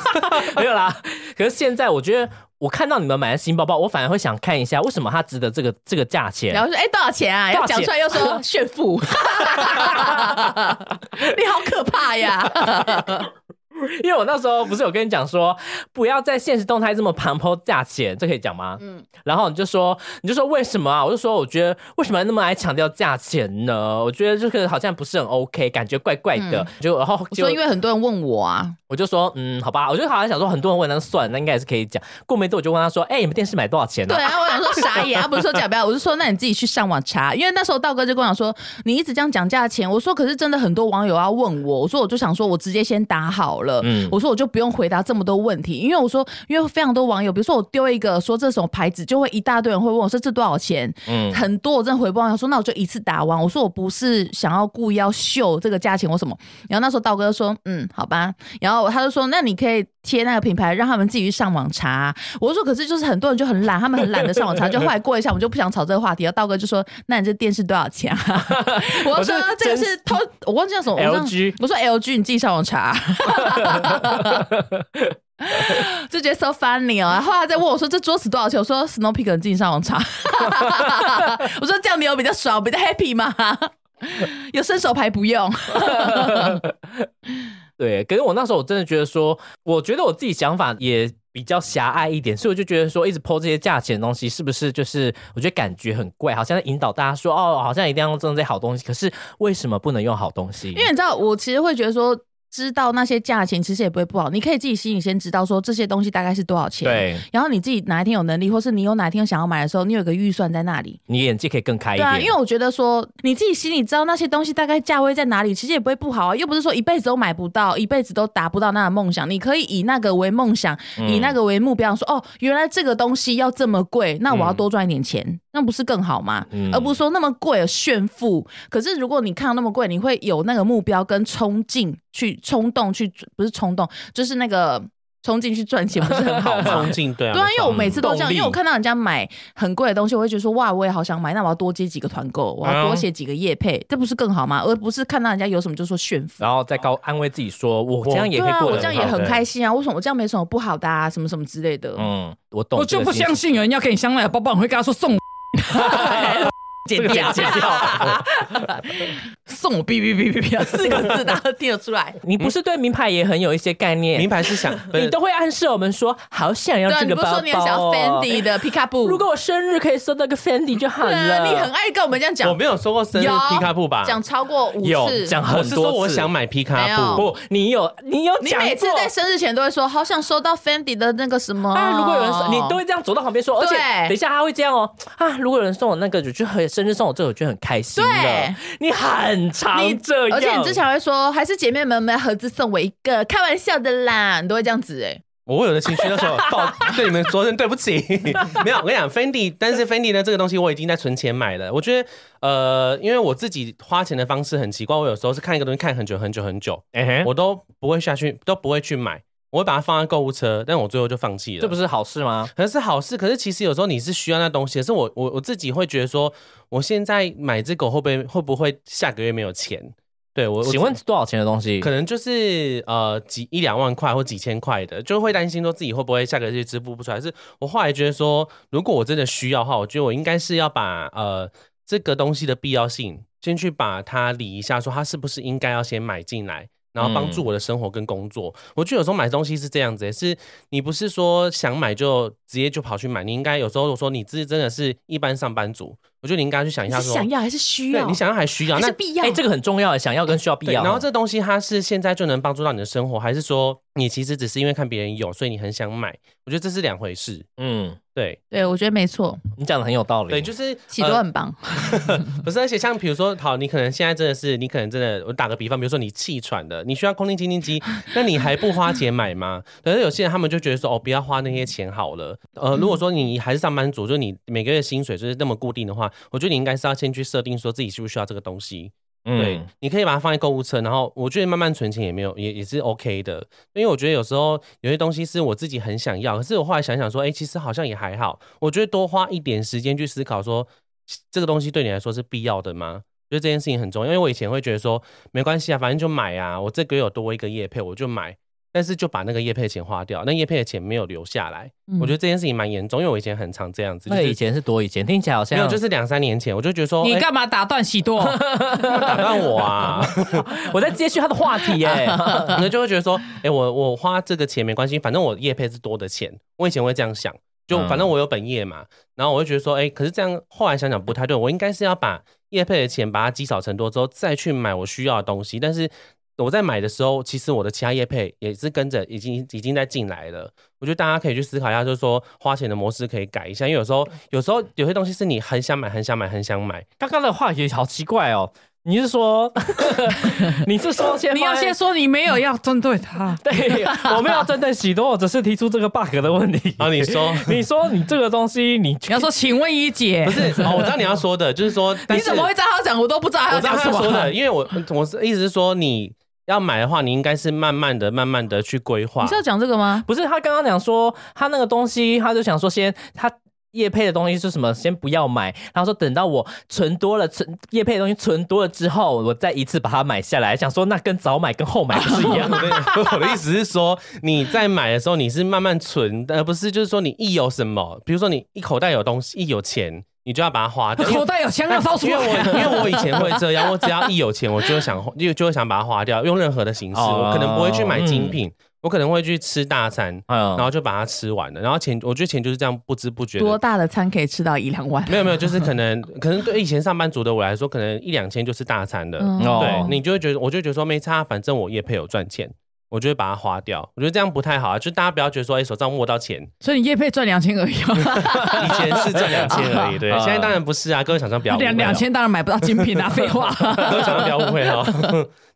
Speaker 6: <laughs> 没有啦。可是现在我觉得，我看到你们买的新包包，我反而会想看一下为什么它值得这个这个价钱。
Speaker 4: 然后说：“哎、多少钱啊？”
Speaker 6: 多
Speaker 4: 要
Speaker 6: 少钱
Speaker 4: 讲出来又
Speaker 6: <laughs>
Speaker 4: 说炫富， <laughs> 你好可怕呀！
Speaker 6: 因为我那时候不是有跟你讲说，不要在现实动态这么盘抛价钱，这可以讲吗？嗯。然后你就说，你就说为什么啊？我就说，我觉得为什么那么爱强调价钱呢？我觉得这个好像不是很 OK，感觉怪怪的。就然后
Speaker 4: 嗯我
Speaker 6: <laughs> 就
Speaker 4: 说，因为很多人问我啊，
Speaker 6: 我就说，嗯，好吧，我就好像想说，很多人问，那算，那应该也是可以讲。过没多久，我就问他说，哎、你们电视买多少钱呢、
Speaker 4: 对
Speaker 6: 啊？
Speaker 4: 啊，我想说
Speaker 6: <laughs>
Speaker 4: 傻眼，他不是说讲不要，我就说那你自己去上网查，因为那时候道哥就跟我讲说，你一直这样讲价钱，我说可是真的很多网友要问我，我说我就想说我直接先打好了，
Speaker 6: 嗯
Speaker 4: 我说我就不用回答这么多问题，因为我说因为非常多网友，比如说我丢一个说这什么牌子，就会一大堆人会问我说这多少钱，
Speaker 6: 嗯
Speaker 4: 很多我真的回不完，我说那我就一次打完，我说我不是想要故意要秀这个价钱或什么，然后那时候道哥就说嗯好吧，然后他就说那你可以贴那个品牌，让他们自己去上网查，我说可是就是很多人就很懒，他们很懒得上网查，就后来过一下，我们就不想吵这个话题。然后道哥就说：“那你这电视多少钱、 <laughs> 啊？”我说：“这个是偷，我忘记叫什么我忘
Speaker 6: LG
Speaker 4: 我说：“LG，你自己上网查。” <laughs> 就觉得 so funny 哦。然后他在问我说这桌子多少钱，我说 Snow Peak 自己上网查。 <laughs> 我说这样你有比较爽，比较 happy 吗？ <laughs> 有伸手牌不用，
Speaker 6: 对，可是我那时候我真的觉得说，我觉得我自己想法也比较狭隘一点，所以我就觉得说，一直抛这些价钱的东西，是不是就是我觉得感觉很怪，好像在引导大家说，哦，好像一定要用这些好东西，可是为什么不能用好东西？
Speaker 4: 因为你知道，我其实会觉得说。知道那些价钱其实也不会不好，你可以自己心里先知道说这些东西大概是多少钱，
Speaker 6: 对
Speaker 4: 然后你自己哪一天有能力，或是你有哪一天想要买的时候，你有个预算在那里。
Speaker 6: 你眼界可以更开一
Speaker 4: 对
Speaker 6: 点，
Speaker 4: 啊，因为我觉得说你自己心里知道那些东西大概价位在哪里，其实也不会不好啊，又不是说一辈子都买不到，一辈子都达不到那个梦想。你可以以那个为梦想，
Speaker 6: 嗯
Speaker 4: 以那个为目标，说哦，原来这个东西要这么贵，那我要多赚一点钱，那不是更好吗？
Speaker 6: 嗯
Speaker 4: 而不是说那么贵炫富。可是如果你看到那么贵，你会有那个目标跟冲劲去冲动去，不是冲动，就是那个冲劲去赚钱，不是很好吗？
Speaker 6: <laughs>
Speaker 5: 冲劲对
Speaker 4: <laughs>
Speaker 5: 啊，
Speaker 4: 对啊，因为我每
Speaker 5: 没错
Speaker 4: 次都这
Speaker 5: 动
Speaker 4: 样，
Speaker 5: 力
Speaker 4: 因为我看到人家买很贵的东西，我会觉得说哇，我也好想买，那我要多接几个团购，我嗯要多写几个业配，这不是更好吗？而不是看到人家有什么就说炫富。
Speaker 6: 然后再高安慰自己说，我这样也
Speaker 4: 对
Speaker 6: 可以
Speaker 4: 啊，
Speaker 6: 过
Speaker 4: 我
Speaker 6: 得
Speaker 4: 这样
Speaker 6: 很
Speaker 4: 也
Speaker 6: 好。
Speaker 4: 很开心啊！为什么我这样没什么不好的啊？什么什么之类 <laughs> 的，
Speaker 6: 嗯，我懂
Speaker 8: <laughs> 我
Speaker 6: 这
Speaker 8: 就
Speaker 6: 个心情，
Speaker 8: 不相信有人要给你香奈儿包包，你会跟他说送
Speaker 4: 剪掉，剪掉，送我哔哔哔哔哔，四个字大家都听得出来。
Speaker 6: 你不是对名牌也很有一些概念
Speaker 5: 名，牌是想，不
Speaker 6: 你
Speaker 5: 是
Speaker 6: 都会暗示我们说，好想要
Speaker 4: 对啊，
Speaker 6: 这
Speaker 4: 你
Speaker 6: 个
Speaker 4: 不
Speaker 6: 包包、
Speaker 4: 是说
Speaker 6: 哦。
Speaker 4: 你很想要 Fendi 的皮卡布？
Speaker 6: 如果我生日可以收到个 Fendi 就好
Speaker 4: 对
Speaker 6: 了。
Speaker 4: 啊，你很爱跟我们这样讲
Speaker 5: 我，没有说过生日
Speaker 4: 有
Speaker 5: 皮卡布吧？
Speaker 4: 讲超过五次，
Speaker 6: 有讲
Speaker 5: 我
Speaker 6: 很
Speaker 5: 是
Speaker 6: 多
Speaker 5: 说我
Speaker 6: 次
Speaker 5: 想买皮
Speaker 4: 没有
Speaker 5: 卡布，
Speaker 6: 不，你有哦你有
Speaker 4: 你
Speaker 6: 讲
Speaker 4: 每次
Speaker 6: 过
Speaker 4: 在生日前都会说，好想收到 Fendi 的那个什么。
Speaker 6: 啊！如果有人送你，都会这样走到旁边说，而且
Speaker 4: 对
Speaker 6: 等一下他会这样哦啊！如果有人送我那个，我就很生日送我这个，我就很开心了
Speaker 4: 对。
Speaker 6: 你很
Speaker 4: 你
Speaker 6: 常这样，
Speaker 4: 而且你之前还会说，还是姐妹们们合资送我一个，开玩笑的啦，你都会这样子哎、
Speaker 5: 我有的情绪那时候 <laughs> 抱对你们说声对不起， <laughs> 没有，我跟你讲，Fendi，但是 Fendi 呢这个东西我已经在存钱买了。我觉得呃，因为我自己花钱的方式很奇怪，我有时候是看一个东西看很久很久很久，
Speaker 6: 嗯
Speaker 7: 哎
Speaker 6: 哼
Speaker 5: 我都不会下去，都不会去买，我会把它放在购物车，但我最后就放弃了。
Speaker 6: 这不是好事吗？
Speaker 5: 可是好事，可是其实有时候你是需要那东西的，是我我我自己会觉得说，我现在买这个会不会会不会下个月没有钱？对我，我
Speaker 6: 请问多少钱的东西
Speaker 5: 可？能就是呃几一两万块或几千块的，就会担心说自己会不会下个月支付不出来。是我后来觉得说，如果我真的需要的话，我觉得我应该是要把呃这个东西的必要性先去把它理一下，说它是不是应该要先买进来。然后帮
Speaker 4: 嗯
Speaker 5: 助我的生活跟工作，我觉得有时候买东西是这样子、欸是你不是说想买就直接就跑去买，你应该有时候我说你自己真的是一般上班族，我觉得你应该去想一
Speaker 4: 你
Speaker 5: 下
Speaker 4: 是
Speaker 5: 说，
Speaker 4: 想要还是需
Speaker 5: 对
Speaker 4: 要？
Speaker 5: 你想要还需要，
Speaker 4: 还
Speaker 5: 那
Speaker 4: 是必要？
Speaker 6: 哎，这个很重要，想要跟需要必
Speaker 5: 对，
Speaker 6: 要。
Speaker 5: 然后这东西它是现在就能帮助到你的生活，还是说你其实只是因为看别人有，所以你很想买？我觉得这是两回事。
Speaker 6: 嗯，
Speaker 5: 对
Speaker 4: 对，我觉得没错，
Speaker 6: 你讲的很有道理。
Speaker 5: 对，就是呃
Speaker 4: 喜多很棒。
Speaker 5: <laughs> 呃不是，而且像比如说，好，你可能现在真的是，你可能真的，我打个比方，比如说你气喘的，你需要空气清新机，那你还不花钱买吗？ <laughs> 可是有些人他们就觉得说，哦，不要花那些钱好了。呃，如果说你还是上班族，就是你每个月薪水就是那么固定的话，我觉得你应该是要先去设定说自己需不需要这个东西。对
Speaker 6: 嗯，，
Speaker 5: 你可以把它放在购物车，然后我觉得慢慢存钱也没有，也也是 OK 的。因为我觉得有时候有些东西是我自己很想要，可是我后来想想说，哎、其实好像也还好。我觉得多花一点时间去思考说，这个东西对你来说是必要的吗？我觉得这件事情很重要，因为我以前会觉得说，没关系啊，反正就买啊，我这个月有多一个业配我就买，但是就把那个业配的钱花掉，那业配的钱没有留下来。我觉得这件事情蛮严重，因为我以前很常这样子，就
Speaker 6: 那个以
Speaker 5: 是
Speaker 6: 前是多以前，听起来好像
Speaker 5: 没有，就是两三年前我就觉得说，
Speaker 8: 你
Speaker 5: 哎
Speaker 8: 干嘛打断喜 <laughs> 多？
Speaker 5: 干嘛打断我啊？
Speaker 6: 我在接续他的话题耶。
Speaker 5: <laughs> 那就会觉得说，哎、我我花这个钱没关系，反正我业配是多的钱。我以前会这样想，就
Speaker 6: 嗯
Speaker 5: 反正我有本业嘛，然后我就觉得说，哎、可是这样后来想想不太对，我应该是要把业配的钱把它积少成多之后，再去买我需要的东西。但是我在买的时候，其实我的其他业配也是跟着已经已经在进来了。我觉得大家可以去思考一下，就是说花钱的模式可以改一下，因为有时候有时候有些东西是你很想买、很想买、很想买，
Speaker 6: 刚刚的话题好奇怪哦，你是说你是说先
Speaker 8: 你要
Speaker 6: 放在，
Speaker 8: 先说你没有要针对他
Speaker 6: <laughs> 对，我们要针对喜多，我只是提出这个 bug 的问
Speaker 5: <laughs>
Speaker 6: 题。
Speaker 5: 然后你说
Speaker 6: 你说你这个东西，你
Speaker 8: 你要说请问一姐
Speaker 5: 不，是哦，我知道你要说的，就是说，但
Speaker 4: 你
Speaker 5: 是
Speaker 4: 怎么会知道他讲？我都不知道他
Speaker 5: 啊我
Speaker 4: 要
Speaker 5: 知道
Speaker 4: 讲
Speaker 5: 他
Speaker 4: 什
Speaker 5: 说
Speaker 8: 啊
Speaker 4: 么。
Speaker 5: 的，因为我我是意思是说，你要买的话，你应该是慢慢的、慢慢的去规划
Speaker 4: 你是。要讲这个吗？
Speaker 6: 不是他刚刚讲说他那个东西，他就想说先他叶配的东西是什么，先不要买。然后说等到我存多了，存叶配的东西存多了之后，我再一次把它买下来。想说那跟早买跟后买不是一样
Speaker 5: <laughs> 我
Speaker 6: 吗？
Speaker 5: 的我的意思是说，你在买的时候你是慢慢存，而不是就是说你一有什么，比如说你一口袋有东西，一有钱，你就要把它花掉。因为
Speaker 8: <laughs> 口袋有枪要掏出
Speaker 5: 因为我
Speaker 8: 来。
Speaker 5: 因为我以前会这样，我只要一有钱，我就想就就会想把它花掉，用任何的形式，
Speaker 6: 哦
Speaker 5: 我可能不会去买精品，我可能会去吃大餐，
Speaker 6: 嗯
Speaker 5: 然后就把它吃完了。然后钱，我觉得钱就是这样不知不觉
Speaker 4: 多
Speaker 5: 的。
Speaker 4: 大的餐可以吃到一两万？
Speaker 5: 没有没有，就是可能可能对以前上班族的我来说，可能一两千就是大餐了。
Speaker 4: 嗯
Speaker 5: 对
Speaker 6: 哦，
Speaker 5: 你就会觉得，我就觉得说没差，反正我业配有赚钱，我就会把它花掉。我觉得这样不太好啊，就大家不要觉得说，哎、手上握到钱，
Speaker 8: <laughs> 所以你叶配 <laughs> 赚两千而已哦，
Speaker 5: 以前是赚两千
Speaker 8: <laughs>
Speaker 5: 而已，对，
Speaker 6: 啊
Speaker 5: 现在当然不是啊，各位厂商不要误会哦
Speaker 8: 两两，千当然买不到精品 <laughs> 啊，废话。
Speaker 5: <laughs> 各位厂商不要误会哦。 <laughs>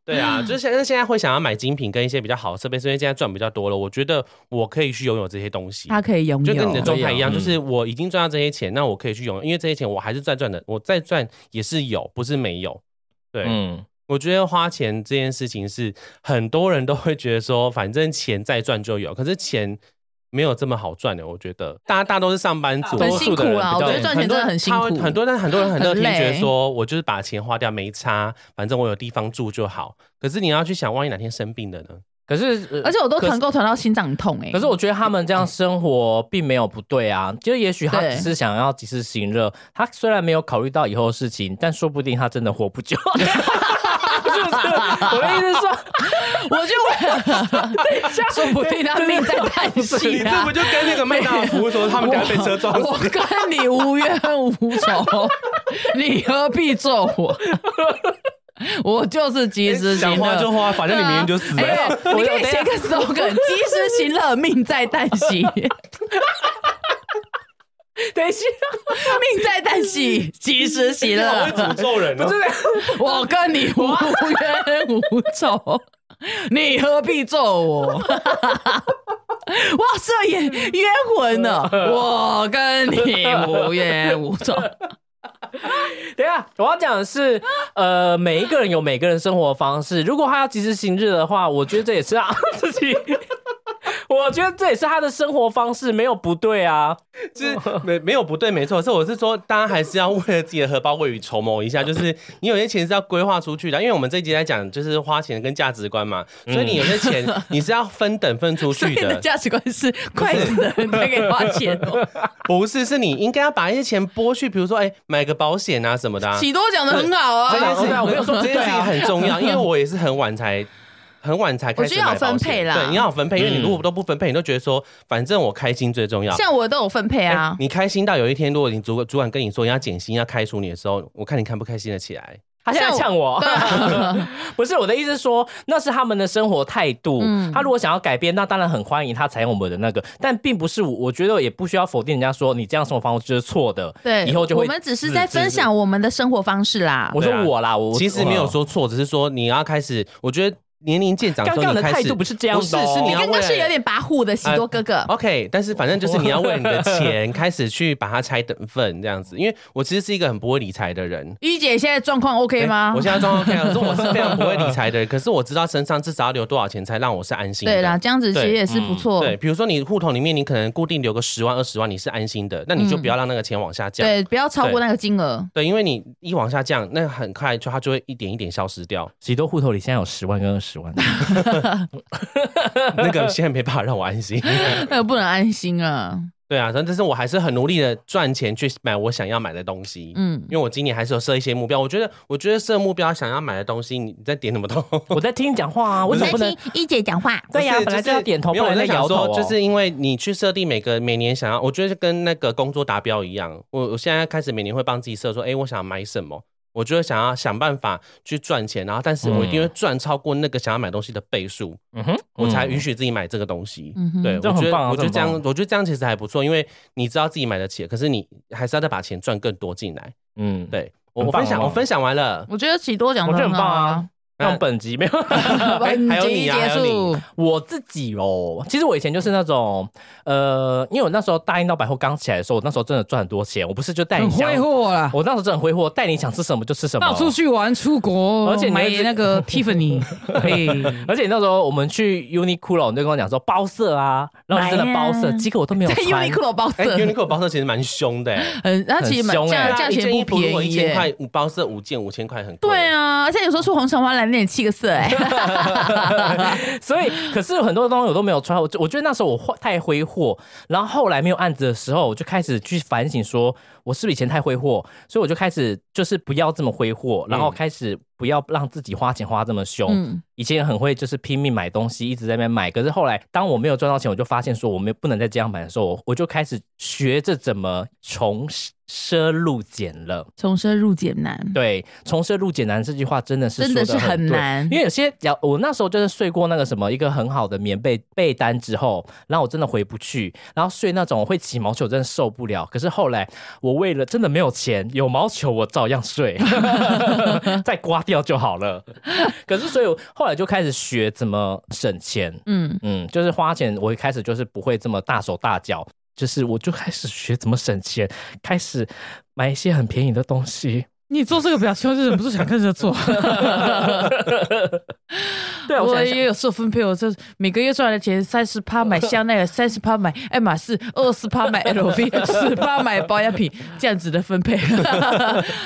Speaker 5: 对啊，就是现在现在会想要买精品跟一些比较好的设备，是因为现在赚比较多了。我觉得我可以去拥有这些东
Speaker 8: 啊
Speaker 5: 西，
Speaker 4: 他可以拥有，
Speaker 5: 就跟你的状态一样，
Speaker 6: 嗯
Speaker 5: 就是我已经赚到这些钱，那我可以去拥有，因为这些钱我还是赚赚的，我再赚也是有，不是没有。对，
Speaker 6: 嗯，
Speaker 5: 我觉得花钱这件事情是很多人都会觉得说，反正钱再赚就有，可是钱没有这么好赚的。我觉得大家大多是上班族，
Speaker 4: 啊很
Speaker 5: 多
Speaker 4: 辛
Speaker 5: 数
Speaker 4: 苦
Speaker 5: 的人
Speaker 4: 啦，
Speaker 5: 比
Speaker 4: 我
Speaker 5: 较
Speaker 4: 觉得赚钱真的很辛
Speaker 5: 他
Speaker 4: 苦，
Speaker 5: 会很多人很多人很多
Speaker 4: 很
Speaker 5: 人
Speaker 4: 累
Speaker 5: 觉得说，我就是把钱花掉没差，反正我有地方住就好。可是你要去想，万一哪天生病了呢？
Speaker 6: 可是呃
Speaker 4: 而且我都
Speaker 6: 可是
Speaker 4: 团购团到心脏痛哎、
Speaker 6: 可是我觉得他们这样生活并没有不对啊，就也许他
Speaker 4: 对
Speaker 6: 只是想要及时行乐，他虽然没有考虑到以后的事情，但说不定他真的活不久。是不是？我的意思是说，
Speaker 4: 我就说不定他命在旦
Speaker 5: 你
Speaker 4: 夕
Speaker 5: 这
Speaker 4: 啊
Speaker 5: 不。就跟那个麦当劳服务
Speaker 4: <laughs>
Speaker 5: 说他们等下被车撞
Speaker 8: 我
Speaker 5: 死？
Speaker 8: 跟你无冤无仇，你何必咒我？ <laughs> 我就是及时行
Speaker 5: 想花就
Speaker 8: 乐。
Speaker 5: 花，反正你明天就死
Speaker 8: 哎
Speaker 5: 了。
Speaker 8: 我
Speaker 4: 你可以写个 slogan：及时行乐，命在旦夕。
Speaker 6: 等一下，
Speaker 4: 命在旦夕，及时行乐。
Speaker 5: 诅咒人哦！
Speaker 6: 哎
Speaker 8: 我跟你无冤无
Speaker 6: <laughs>
Speaker 8: 仇，你何必咒我？ <laughs>
Speaker 4: 哇，这也冤魂
Speaker 6: <laughs>
Speaker 4: 呢。
Speaker 8: 我跟你无冤无仇。
Speaker 6: 啊哎等一下，我要讲的是，呃，每一个人有每个人生活方式，如果他要及时行乐的话，我觉得这也是他 <laughs> 自己。我觉得这也是他的生活方式，没有不对啊。
Speaker 5: 就是没没有不对，没错，是我是说，大家还是要为了自己的荷包未雨绸缪一下，就是你有些钱是要规划出去的，因为我们这一集在讲就是花钱跟价值观嘛，所以你有些钱你是要分等分出
Speaker 4: 嗯所
Speaker 5: 去
Speaker 4: 以你的
Speaker 5: 的，
Speaker 4: 价值观是快死的人才可
Speaker 8: <laughs> 啊
Speaker 4: 以花钱哦。
Speaker 5: 不是是你应该要把一些钱拨去，比如说哎、买个保险啊什么的、啊，
Speaker 4: 喜多讲的很好啊
Speaker 5: 这，件事
Speaker 6: 对啊我没有说
Speaker 5: 这件事情很重要，因为我也是很晚才。很晚才开
Speaker 4: 我觉
Speaker 5: 始
Speaker 4: 得要
Speaker 5: 买保
Speaker 4: 分
Speaker 5: 险，
Speaker 4: 配啦嗯
Speaker 5: 对，你要有分配，因为你如果都不分配，你都觉得说，反正我开心最重要。
Speaker 4: 像我都有分配
Speaker 6: 哎
Speaker 4: 啊。
Speaker 5: 哎你开心到有一天，如果你主管主管跟你说你要减薪、要开除你的时候，我看你看不开心的起来。
Speaker 6: 他现在
Speaker 4: 像
Speaker 6: 呛 <laughs> 我，
Speaker 4: 对啊，
Speaker 6: 不是我的意思是说，那是他们的生活态度。他如果想要改变，那当然很欢迎他采用我们的那个，但并不是我，我觉得也不需要否定人家说你这样生活方式就是错的。
Speaker 4: 对，
Speaker 6: 以后就会。
Speaker 4: 我们只是在分
Speaker 6: 啊
Speaker 4: 享我们的生活方式啦。
Speaker 6: 我说我啦，我
Speaker 5: 其实没有。说错，只是说你要开始，我觉得年龄渐长之
Speaker 6: 刚
Speaker 5: 后，
Speaker 6: 刚
Speaker 5: 你
Speaker 6: 的
Speaker 5: 开
Speaker 6: 态
Speaker 5: 始
Speaker 6: 度不是这样的、
Speaker 5: 不
Speaker 6: 哦，
Speaker 5: 是是你要
Speaker 4: 刚刚是有点跋扈的喜多哥哥，
Speaker 6: 啊
Speaker 5: OK，但是反正就是你要为了你的钱开始去把它拆等份这样子，因为我其实是一个很不会理财的人。
Speaker 8: 一姐现在状况 OK 吗？
Speaker 6: 哎
Speaker 5: 我现在状况 OK，可是我是非常不会理
Speaker 6: <laughs>
Speaker 5: 财的人，可是我知道身上至少要留多少钱才让我是安心的。
Speaker 4: 对啦，这样子其实
Speaker 5: 对
Speaker 4: 也是不
Speaker 6: 嗯
Speaker 4: 错。
Speaker 5: 对，比如说你户头里面你可能固定留个十万二十万，你是安心的，那你就
Speaker 6: 嗯
Speaker 5: 不要让那个钱往下降。
Speaker 4: 对，不要超过那个金额。
Speaker 5: 对，因为你一往下降，那很快就它就会一点一点消失掉。
Speaker 6: 喜多户头里现在有十万跟二十万，
Speaker 5: 那个现在没办法让我安心。
Speaker 4: 那个 <laughs> 不能安心啊。
Speaker 5: 对啊，但但是我还是很努力的赚钱去买我想要买的东西。
Speaker 4: 嗯
Speaker 5: 因，为我今年还是有设一些目标，我觉得，我觉得设目标想要买的东西，你你在点什么头？
Speaker 6: <laughs> 我在听你讲话啊，为什么不能？
Speaker 4: 一姐讲话，
Speaker 6: 对呀、
Speaker 5: 不是
Speaker 6: 本来就要点头，
Speaker 5: 没
Speaker 6: 不
Speaker 5: 有我
Speaker 6: 然
Speaker 5: 在想
Speaker 6: 摇头、
Speaker 5: 说，
Speaker 6: 哦。
Speaker 5: 就是因为你去设定每个每年想要，我觉得就跟那个工作达标一样。我我现在开始每年会帮自己设说，哎、我想买什么，我就会想要想办法去赚钱，然后但是我一定会赚超过那个想要买东西的倍数。
Speaker 6: 嗯哼，
Speaker 5: 我才允许自己买这个东西。
Speaker 4: 嗯哼
Speaker 5: 对，
Speaker 6: 这样
Speaker 5: 我
Speaker 6: 很
Speaker 5: 觉得
Speaker 6: 棒啊
Speaker 5: 我觉得这
Speaker 6: 这样
Speaker 5: 样
Speaker 6: 很棒，
Speaker 5: 我觉得这样其实还不错，因为你知道自己买得起，可是你还是要再把钱赚更多进来。
Speaker 6: 嗯，对，
Speaker 5: 对我，
Speaker 6: 很
Speaker 5: 我
Speaker 6: 棒
Speaker 5: 分享，
Speaker 6: 很棒哦
Speaker 5: 我分享完了。
Speaker 6: <laughs>
Speaker 4: 我觉得喜多讲
Speaker 6: 我
Speaker 4: 的
Speaker 6: 觉得
Speaker 4: 很
Speaker 6: 很
Speaker 4: 好
Speaker 6: 棒
Speaker 4: 啊
Speaker 6: 啊。
Speaker 5: 那
Speaker 6: 用本 <laughs> 集没有。
Speaker 5: 哎还有你啊，还
Speaker 8: 结
Speaker 5: 有你
Speaker 8: 束，
Speaker 6: 我自己哦，其实我以前就是那种，呃，因为我那时候大英到百货刚起来的时候，我那时候真的赚很多钱，我不是就带你
Speaker 8: 很
Speaker 6: 想
Speaker 8: 挥，霍啊啦。
Speaker 6: 我那时候真的很挥霍，带你想吃什么就吃什么，
Speaker 8: 到处去玩，出国，
Speaker 6: 而且你
Speaker 8: 买
Speaker 6: 会知
Speaker 8: 那个
Speaker 6: <laughs>
Speaker 8: Tiffany，嘿，
Speaker 6: 而且那时候我们去 Uniqlo，你就跟我讲说包色啊，然后我就真的包
Speaker 8: 啊
Speaker 6: 色，结果我都没有
Speaker 4: 在
Speaker 6: 穿。
Speaker 4: Uniqlo 包
Speaker 5: 哎
Speaker 4: 色，
Speaker 5: ，Uniqlo 包色其实蛮凶
Speaker 6: <laughs>
Speaker 5: 的，哎
Speaker 4: 很，它其实蛮
Speaker 6: 很凶
Speaker 4: 价
Speaker 6: 哎
Speaker 4: 价钱
Speaker 5: 一件衣
Speaker 4: 不
Speaker 5: 服如果
Speaker 4: 便宜
Speaker 5: 一千
Speaker 4: 耶。
Speaker 5: 块，五包色五件五千块很贵。
Speaker 4: 对，啊，而且有时候去红橙黄蓝那七个色哎，
Speaker 6: <laughs> 所以，可是有很多东西我都没有穿，我就我觉得那时候我挥太挥霍，然后后来没有案子的时候，我就开始去反省说，我是不是以前太挥霍，所以我就开始就是不要这么挥霍，然后开始不要让自己花钱花这么凶。
Speaker 4: 嗯
Speaker 6: 以前很会就是拼命买东西，一直在那边买，可是后来当我没有赚到钱，我就发现说我们不能再这样买的时候，我我就开始学着怎么从奢入俭了。
Speaker 4: 从奢入俭难，
Speaker 6: 对，从奢入俭难这句话真的是
Speaker 4: 真的
Speaker 6: 说得
Speaker 4: 是很
Speaker 6: 对
Speaker 4: 难
Speaker 6: 因为有些假我那时候就是睡过那个什么一个很好的棉被被单之后，然后我真的回不去，然后睡那种会起毛球真的受不了。可是后来我为了真的没有钱，有毛球我照样睡， <laughs> 再刮掉就好了。可是所以我后来就开始学怎么省钱，
Speaker 4: 嗯，
Speaker 6: 嗯，就是花钱，我一开始就是不会这么大手大脚，就是我就开始学怎么省钱，开始买一些很便宜的东西。
Speaker 8: 你做这个表情，我就忍不住想跟着做。
Speaker 6: 对啊，我
Speaker 8: 我
Speaker 6: 想一想
Speaker 8: 也有受分配，我这每个月赚来的钱，三十趴买香奈儿，三十趴买爱马仕，二十趴买 LV，十趴买保养品，这样子的分配。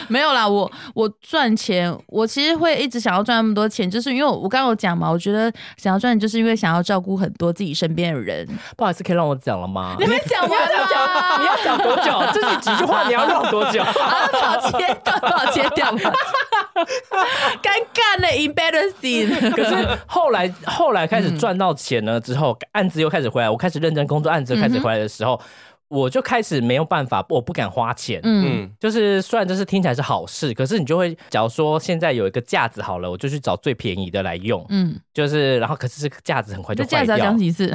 Speaker 4: 没有啦，我我赚钱，我其实会一直想要赚那么多钱，就是因为我我刚刚有讲嘛，我觉得想要赚，就是因为想要照顾很多自己身边的人。
Speaker 6: 不好意思，可以让我讲了吗？
Speaker 4: 你们讲完了吗？
Speaker 6: 你要讲多
Speaker 4: <laughs>
Speaker 6: 久？这是几句话，你要绕多久？
Speaker 4: 啊，不好切掉，不好切掉，不好切尴尬呢，embarrassing。
Speaker 6: 可是后来后来
Speaker 4: 嗯
Speaker 6: 开始赚到钱了之后，案子又开始回来，我开始认真工作，案子又开始回来的时候，我就开始没有办法，我不敢花钱。
Speaker 4: 嗯，
Speaker 5: 嗯，
Speaker 6: 就是虽然这是听起来是好事，可是你就会，假如说现在有一个架子好了，我就去找最便宜的来用，
Speaker 4: 嗯，
Speaker 6: 就是然后可是这个架子很快就
Speaker 4: 这
Speaker 6: 坏
Speaker 4: 样子要
Speaker 6: 掉
Speaker 4: 讲。几次？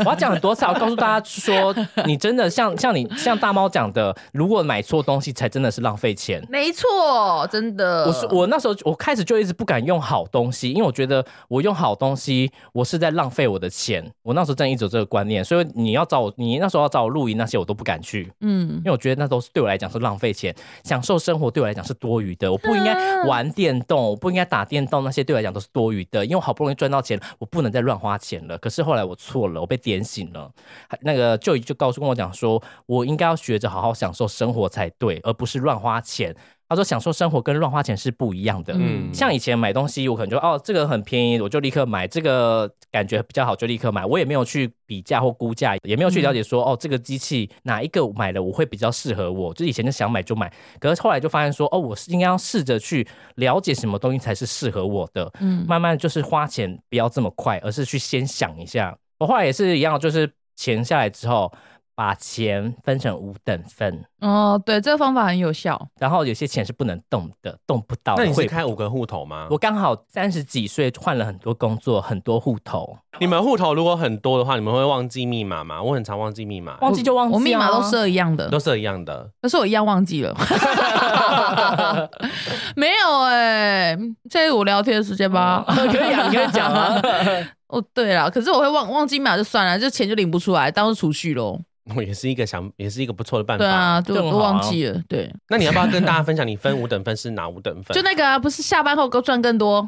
Speaker 6: 我要讲很多次，我告诉大家说，你真的像像你像大猫讲的，如果买错东西才真的是浪费钱。
Speaker 4: 没错，真的。
Speaker 6: 我是我那时候我开始就一直不敢用好东西，因为我觉得我用好东西，我是在浪费我的钱。我那时候真的一直有这个观念，所以你要找我，你那时候要找我露营那些我都不敢去，
Speaker 4: 嗯
Speaker 6: 因为我觉得那都是对我来讲是浪费钱，享受生活对我来讲是多余的。我不应该玩电动，我不应该打电动，那些对我来讲都是多余的。因为我好不容易赚到钱，我不能再乱花钱了。可是后来我错了，我被点醒了。那个舅姨就告诉跟我讲说，我应该要学着好好享受生活才对，而不是乱花钱。他说，享受生活跟乱花钱是不一样的。
Speaker 4: 嗯
Speaker 6: 像以前买东西，我可能就哦，这个很便宜，我就立刻买；这个感觉比较好，就立刻买。我也没有去比价或估价，也没有去了解
Speaker 4: 嗯
Speaker 6: 说、哦，这个机器哪一个买了我会比较适合我。就以前就想买就买，可是后来就发现说哦，我是应该要试着去了解什么东西才是适合我的。
Speaker 4: 嗯，
Speaker 6: 慢慢就是花钱不要这么快，而是去先想一下。我后来也是一样，就是钱下来之后，把钱分成五等份，
Speaker 4: 哦，对，这个方法很有效。
Speaker 6: 然后有些钱是不能动的，动不到的。
Speaker 5: 那你是
Speaker 6: 会
Speaker 5: 开五个户头吗？
Speaker 6: 我刚好三十几岁，换了很多工作，很多户头，
Speaker 5: 你们户头如果很多的话，你们会忘记密码吗？我很常忘记密码，
Speaker 6: 忘记就忘记、啊。
Speaker 4: 我密码都设一样的
Speaker 5: 都，是一样的。 <laughs>
Speaker 4: 可是我一样忘
Speaker 6: <laughs>
Speaker 4: 记了。没有哎、现在是我聊天的时间吧。 <laughs>
Speaker 6: 可以啊，你可以讲啊。
Speaker 4: 哦，对了，可是我会忘忘记密码就算了，就钱就领不出来，当做储蓄喽。
Speaker 5: 我也是一个想，也是一个不错的办法。
Speaker 4: 对啊，就
Speaker 6: 这种
Speaker 4: 都
Speaker 6: 好啊
Speaker 4: 忘记了。对，
Speaker 5: 那你要不要跟大家分享你分五等分是哪五等分？
Speaker 4: 就那个、啊、不是下班后够赚更多，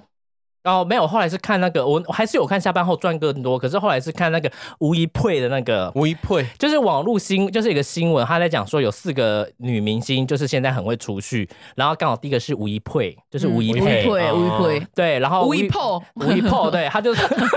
Speaker 6: 哦，没有，我后来是看那个，我我还是有看下班后赚更多，可是后来是看那个吴一佩的那个
Speaker 5: <laughs> 微配，
Speaker 6: 就是网络新，就是一个新闻，他在讲说有四个女明星，就是现在很会储蓄，然后刚好第一个是吴一佩，就是吴一
Speaker 4: 嗯无一
Speaker 6: 佩，
Speaker 4: 亏，无一亏，
Speaker 6: 对，然后
Speaker 4: 无一破，
Speaker 6: 吴一破，对，他就
Speaker 4: <laughs>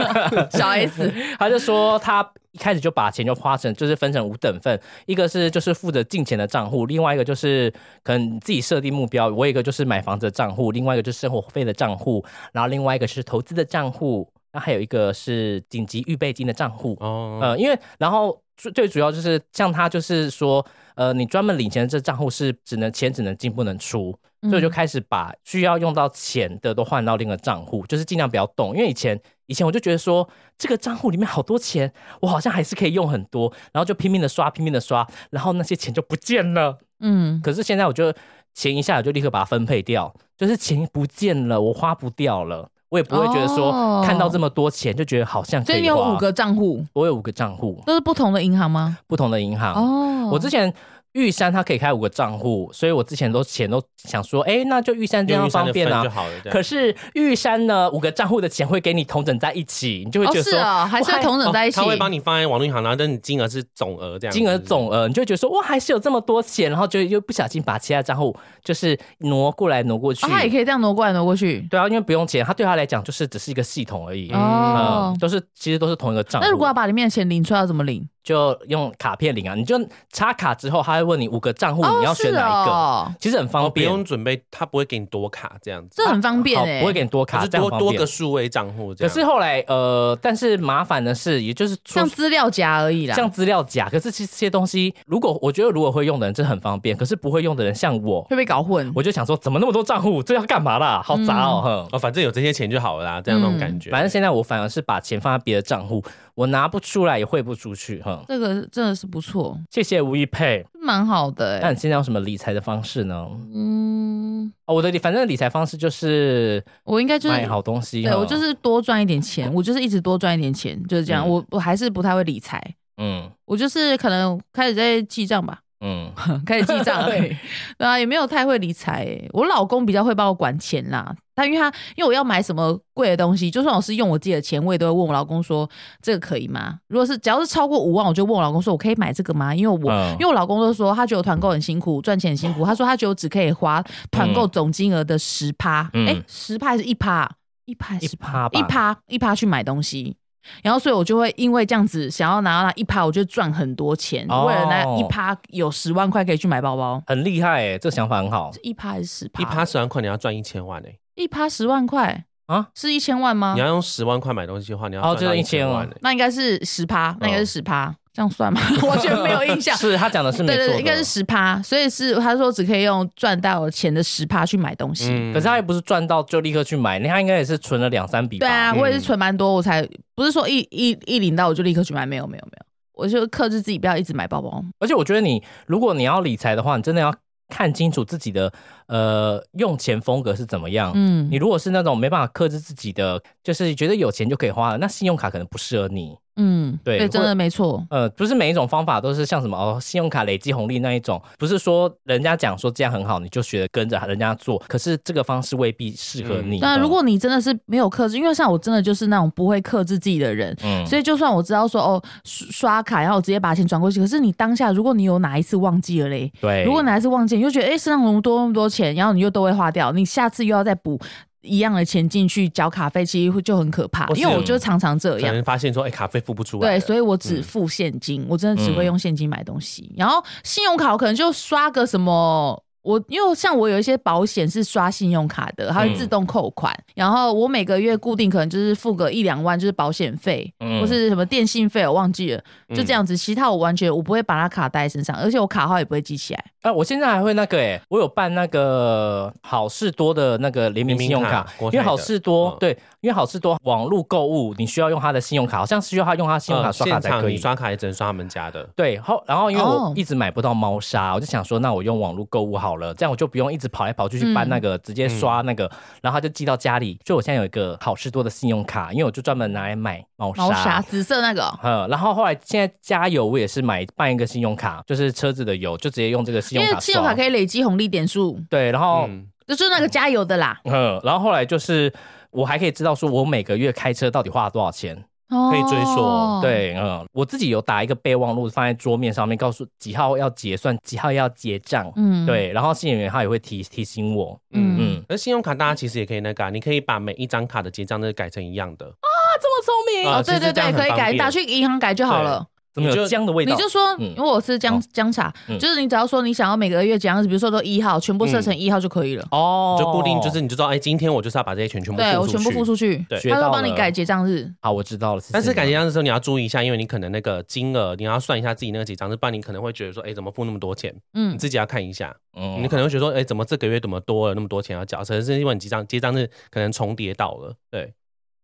Speaker 4: 小 S，
Speaker 6: <laughs> 他就说他一开始就把钱就花成，就是分成五等份，一个是就是负责进钱的账户，另外一个就是可能你自己设定目标，我有一个就是买房子的账户，另外一个就是生活费的账户，然后另外一个是投资的账户，那还有一个是紧急预备金的账户，
Speaker 4: 嗯
Speaker 5: 哦，
Speaker 6: 呃，因为然后最最主要就是像他就是说，呃，你专门领钱的这账户是只能钱只能进不能出，所以
Speaker 4: 嗯
Speaker 6: 我就开始把需要用到钱的都换到另一个账户，就是尽量不要动，因为以前以前我就觉得说这个账户里面好多钱，我好像还是可以用很多，然后就拼命的刷拼命的刷，然后那些钱就不见了。
Speaker 4: 嗯，
Speaker 6: 可是现在我就钱一下我就立刻把它分配掉，就是钱不见了，我花不掉了。我也不会觉得说
Speaker 4: 哦
Speaker 6: 看到这么多钱就觉得好像
Speaker 4: 所
Speaker 6: 可
Speaker 4: 以你
Speaker 6: 以
Speaker 4: 有
Speaker 6: 花。
Speaker 4: 五个账户，
Speaker 6: 我有五个账户，
Speaker 4: 都是不同的银行吗？
Speaker 6: 不同的银行。
Speaker 4: 哦，
Speaker 6: 我之前玉山它可以开五个账户，所以我之前都钱都想说，哎、那就玉山这
Speaker 5: 用
Speaker 6: 样
Speaker 5: 预算
Speaker 6: 方
Speaker 5: 的
Speaker 6: 便
Speaker 5: 分
Speaker 6: 啊
Speaker 5: 就。好了。这样
Speaker 6: 可是玉山呢，五个账户的钱会给你同整在一起，你就会
Speaker 4: 哦
Speaker 6: 觉得
Speaker 4: 是
Speaker 6: 说，
Speaker 4: 哦，还是
Speaker 6: 哇
Speaker 4: 会同等在一起
Speaker 5: 他，会帮你放在网络银行，然后但你金额是总额这样，
Speaker 6: 金额总额，你就会觉得说，哇，还是有这么多钱，然后就又不小心把其他账户就是挪过来挪过去。
Speaker 4: 哦，他也可以这样挪过来挪过去。
Speaker 6: 对啊，因为不用钱，他对他来讲就是只是一个系统而已。
Speaker 4: 哦
Speaker 6: 嗯，，都是其实都是同一个账户。
Speaker 4: 那如果要把里面的钱领出来，要怎么领？
Speaker 6: 就用卡片领啊，你就插卡之后，他会问你五个账户、
Speaker 4: 哦
Speaker 6: 你要选哪一
Speaker 4: 是
Speaker 6: 个，
Speaker 4: 哦
Speaker 6: 其实很
Speaker 5: 哦
Speaker 6: 方
Speaker 5: 不
Speaker 6: 便，
Speaker 5: 用准备，他不会给你多卡这样子，
Speaker 4: 这很方便
Speaker 6: 啊好
Speaker 4: 哎，
Speaker 6: 不会给你多
Speaker 5: 可
Speaker 6: 卡，
Speaker 5: 是
Speaker 6: 这样
Speaker 5: 多
Speaker 6: 方
Speaker 5: 多
Speaker 6: 便
Speaker 5: 个数位账户这
Speaker 6: 可
Speaker 5: 样。
Speaker 6: 是后来呃，但是麻烦的是，也就是说
Speaker 4: 像资料夹而已啦。
Speaker 6: 像资料夹，可是其实这些东西，如果我觉得如果会用的人，这很方便，可是不会用的人，像我，
Speaker 4: 会被搞混。
Speaker 6: 我就想说，怎么那么多账户，这要干嘛
Speaker 4: 嗯
Speaker 6: 啦？好杂哦，哼、
Speaker 5: 哦，反正有这些钱就好了啦，这样那种感觉。
Speaker 6: 反正现在我反而是把钱放在别的账户，我拿不出来也汇不出去，哼。
Speaker 4: 这个真的是不错，
Speaker 6: 谢谢吴一佩。
Speaker 4: 蛮好的
Speaker 6: 那
Speaker 4: 哎。
Speaker 6: 你现在有什么理财的方式呢？
Speaker 4: 嗯，
Speaker 6: 哦，我的理，反正理财方式就是
Speaker 4: 我应该就是
Speaker 6: 买好东西。
Speaker 4: 对
Speaker 6: 哈
Speaker 4: 我就是多赚一点钱，我就是一直多赚一点钱，就是这样。
Speaker 6: 嗯
Speaker 4: 我我还是不太会理财，
Speaker 6: 嗯
Speaker 4: 我就是可能开始在记账吧，
Speaker 6: 嗯，
Speaker 4: 开始记账而已。 <laughs> 对啊，也没有太会理财欸、我老公比较会帮我管钱啦。他因为他因为我要买什么贵的东西，就算我是用我自己的钱，我也都会问我老公说这个可以吗？如果是只要是超过五万，我就问我老公说我可以买这个吗？因为我、
Speaker 6: 嗯
Speaker 4: 因为我老公都说他觉得我团购很辛苦，赚钱很辛苦。他说他觉得我只可以花团购总金额的十趴，
Speaker 6: 嗯
Speaker 4: 哎、十趴还是一趴？啊一趴还是
Speaker 6: 一趴吧
Speaker 4: 一趴一趴去买东西。然后，所以我就会因为这样子想要拿到那一趴，我就赚很多钱。
Speaker 6: 哦
Speaker 4: 为了那一趴有十万块可以去买包包，
Speaker 6: 很厉害哎，这个想法很好
Speaker 4: 是一趴还是十趴？
Speaker 5: 一趴十万块，你要赚一千万哎！
Speaker 4: 一趴十万块
Speaker 6: 啊，
Speaker 4: 是一千万吗
Speaker 5: 你？要用十万块买东西的话，你要
Speaker 6: 哦
Speaker 5: 赚到
Speaker 6: 就是
Speaker 5: 一千万
Speaker 6: 1000
Speaker 5: 哎。
Speaker 4: 那应该是十趴，那应
Speaker 6: 哦
Speaker 4: 该是十趴，这样算吗？ <laughs> 完全没有印象。
Speaker 6: 是他讲的 <laughs> 是没
Speaker 4: 对
Speaker 6: 错
Speaker 4: 对
Speaker 6: 的，哦
Speaker 4: 对，应该是十趴，所以是他说只可以用赚到钱的十趴去买东西。
Speaker 5: 嗯
Speaker 6: 可是他也不是赚到就立刻去买，他应该也是存了两三笔吧。
Speaker 4: 对啊，我也是
Speaker 5: 嗯
Speaker 4: 存蛮多，我才不是说一一一领到我就立刻去买，没有没有没有，我就克制自己不要一直买包包。
Speaker 6: 而且我觉得你，如果你要理财的话，你真的要看清楚自己的呃用钱风格是怎么样。
Speaker 4: 嗯
Speaker 6: 你如果是那种没办法克制自己的，就是觉得有钱就可以花了，那信用卡可能不适合你。
Speaker 4: 嗯，
Speaker 6: 对
Speaker 4: 对，
Speaker 6: 或
Speaker 4: 真的没错。
Speaker 6: 呃，不是每一种方法都是像什么哦，信用卡累积红利那一种，不是说人家讲说这样很好，你就学着跟着人家做。可是这个方式未必适合你。
Speaker 4: 那
Speaker 6: 嗯
Speaker 4: 如果你真的是没有克制，因为像我真的就是那种不会克制自己的人，
Speaker 6: 嗯
Speaker 4: 所以就算我知道说哦刷刷卡，然后我直接把钱转过去，可是你当下如果你有哪一次忘记了嘞，
Speaker 6: 对，
Speaker 4: 如果哪一次忘记，你就觉得哎、诶身上那么多那么多钱，然后你又都会花掉，你下次又要再补一样的钱进去缴卡费，其实会就很可怕。
Speaker 5: 或是
Speaker 4: 因为我就常常这
Speaker 5: 可
Speaker 4: 样。
Speaker 5: 能发现说，哎，卡费付不出来
Speaker 4: 对，
Speaker 5: 了。嗯
Speaker 4: 所以我只付现金，我真的只会用现金买东西。然后信用卡我可能就刷个什么，我因为像我有一些保险是刷信用卡的，它会自动扣款。
Speaker 5: 嗯
Speaker 4: 然后我每个月固定可能就是付个一两万，就是保险费、
Speaker 6: 嗯
Speaker 4: 或是什么电信费，我忘记了，
Speaker 5: 嗯
Speaker 4: 就这样子。其他我完全我不会把它卡带在身上，而且我卡号也不会记起来。
Speaker 6: 啊，我现在还会那个诶、我有办那个好事多的那个联名信用
Speaker 5: 联
Speaker 6: 卡
Speaker 5: 名卡，国
Speaker 6: 因为
Speaker 5: 泰的
Speaker 6: 好事多、
Speaker 5: 嗯
Speaker 6: 对，因为好事多网络购物你需要用他的信用卡，好像是需要他用他信用卡
Speaker 5: 嗯
Speaker 6: 刷卡
Speaker 5: 现
Speaker 6: 才
Speaker 5: 场
Speaker 6: 可
Speaker 5: 你
Speaker 6: 以。
Speaker 5: 刷卡也只能刷他们家的。
Speaker 6: 对，后然后因为我
Speaker 4: 哦
Speaker 6: 一直买不到猫砂，我就想说，那我用网络购物好了，这样我就不用一直跑来跑去去搬那
Speaker 4: 嗯
Speaker 6: 个，直
Speaker 5: 嗯
Speaker 6: 接刷那个，然后他就寄到家里。所以我现在有一个好事多的信用卡，因为我就专门拿来买猫砂。
Speaker 4: 猫砂紫色那个哦、
Speaker 6: 嗯，然后后来现在加油，我也是买办一个信用卡，就是车子的油，就直接用这个信
Speaker 4: 因
Speaker 6: 用
Speaker 4: 为
Speaker 6: 卡刷。
Speaker 4: 信用卡可以累积红利点数，
Speaker 6: 对，然后
Speaker 5: 嗯，
Speaker 4: 就是那个加油的啦。
Speaker 6: 嗯，然后后来就是我还可以知道说我每个月开车到底花了多少钱。
Speaker 4: 可
Speaker 5: 可以追溯哦，
Speaker 6: 对，嗯，我自己有打一个备忘录放在桌面上面，告诉几号要结算，几号要结账。
Speaker 4: 嗯，
Speaker 6: 对，然后信用员他也会提提醒我。
Speaker 4: 嗯
Speaker 6: 嗯，
Speaker 5: 而信用卡大家其实也可以那个啊，你可以把每一张卡的结账都改成一样的。
Speaker 6: 这么聪明，
Speaker 5: 啊
Speaker 4: 哦，对
Speaker 5: 其
Speaker 4: 对
Speaker 5: 实这样
Speaker 4: 对，
Speaker 5: 很
Speaker 4: 可以
Speaker 5: 方
Speaker 4: 改，
Speaker 5: 便
Speaker 4: 打去银行改就好了。
Speaker 6: 怎么
Speaker 5: 你
Speaker 6: 有
Speaker 5: 就
Speaker 6: 姜的味道？
Speaker 4: 你就说，
Speaker 6: 嗯
Speaker 4: 因为我是姜
Speaker 6: 哦
Speaker 4: 姜茶
Speaker 6: 嗯，
Speaker 4: 就是你只要说你想要每个月讲，比如说都一号，全部设成一号就可以了。
Speaker 6: 哦，
Speaker 5: 就固定就是你就知道，哎，今天我就是要把这些嗯钱全部
Speaker 4: 对
Speaker 5: 付
Speaker 4: 我
Speaker 5: 出
Speaker 4: 全
Speaker 5: 去
Speaker 4: 部付出去，
Speaker 5: 对
Speaker 6: 学
Speaker 4: 他
Speaker 6: 到
Speaker 4: 会帮你
Speaker 6: 了
Speaker 4: 改结账日。
Speaker 6: 好，我知道了。谢谢
Speaker 5: 但是
Speaker 6: 你
Speaker 5: 改结账的时候你要注意一下，因为你可能那个金额你要算一下自己那个结账，不然你可能会觉得说，哎，怎么付那么多钱？你
Speaker 4: 嗯，
Speaker 5: 自己要看一下，
Speaker 6: 嗯
Speaker 5: 你可能会觉得说，哎，怎么这个月怎么多了那么多钱要缴？可能是因为你结账结账是可能重叠到了，对，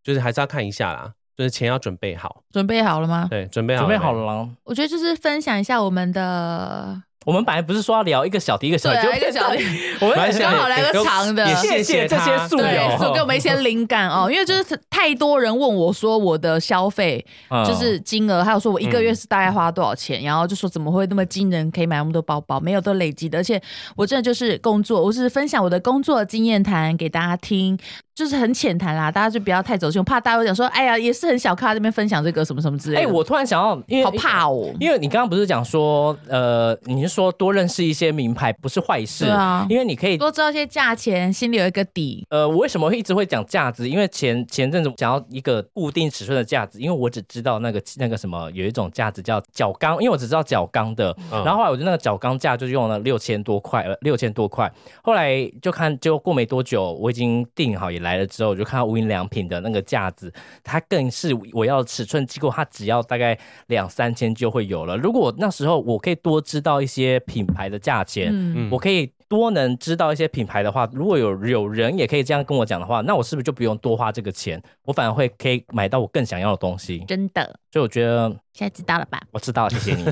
Speaker 5: 就是还是要看一下啦，就是钱要准备好，
Speaker 4: 准备好了吗？
Speaker 5: 对，准备好
Speaker 6: 准备好
Speaker 5: 没
Speaker 6: 了吗？
Speaker 4: 我觉得就是分享一下我们的
Speaker 6: 我们本来不是说要聊一个小题一个小题，
Speaker 4: 对
Speaker 6: 就
Speaker 4: 啊一个小题
Speaker 6: 我们
Speaker 5: 蛮
Speaker 4: 刚 <laughs> 好来个长的
Speaker 5: 啊也
Speaker 6: 谢
Speaker 5: 谢
Speaker 6: 谢
Speaker 5: 谢
Speaker 6: 这些
Speaker 5: 他
Speaker 6: 素
Speaker 4: 对，
Speaker 6: 友，
Speaker 4: 所以给我们一些灵感哦，因为就是太多人问我说我的消费
Speaker 6: 嗯
Speaker 4: 就是金额，还有说我一个月是大概花多少钱，然后就说怎么会那么惊人，可以买那么多包包，没有都累积的，而且我真的就是工作，我只是分享我的工作经验谈给大家听。就是很浅谈啦，大家就不要太走心，我怕大家会讲说，哎呀，也是很小咖这边分享这个什么什么之类的。
Speaker 6: 哎、我突然想要，因为
Speaker 4: 好怕哦
Speaker 6: 因为你刚刚不是讲说，呃，你是说多认识一些名牌不是坏事，
Speaker 4: 对啊
Speaker 6: 因为你可以。
Speaker 4: 多知道一些价钱，心里有一个底。
Speaker 6: 呃，我为什么会一直会讲价值？因为前前阵子想要一个固定尺寸的价值，因为我只知道那个那个什么有一种价值叫角钢，因为我只知道角钢的，
Speaker 5: 嗯
Speaker 6: 然后后来我就那个角钢架就用了六千多块，呃，六千多块。后来就看，就过没多久，我已经订好也来了之后，我就看到无印良品的那个架子，它更是我要的尺寸机构，它只要大概两三千就会有了。如果那时候我可以多知道一些品牌的价钱，
Speaker 4: 嗯
Speaker 6: 我可以多能知道一些品牌的话，如果有有人也可以这样跟我讲的话，那我是不是就不用多花这个钱？我反而会可以买到我更想要的东
Speaker 5: 嗯
Speaker 6: 西。
Speaker 4: 真的，
Speaker 6: 所以我觉得
Speaker 4: 现在知道了
Speaker 3: <laughs>
Speaker 4: 吧？
Speaker 6: 我知道，谢谢你。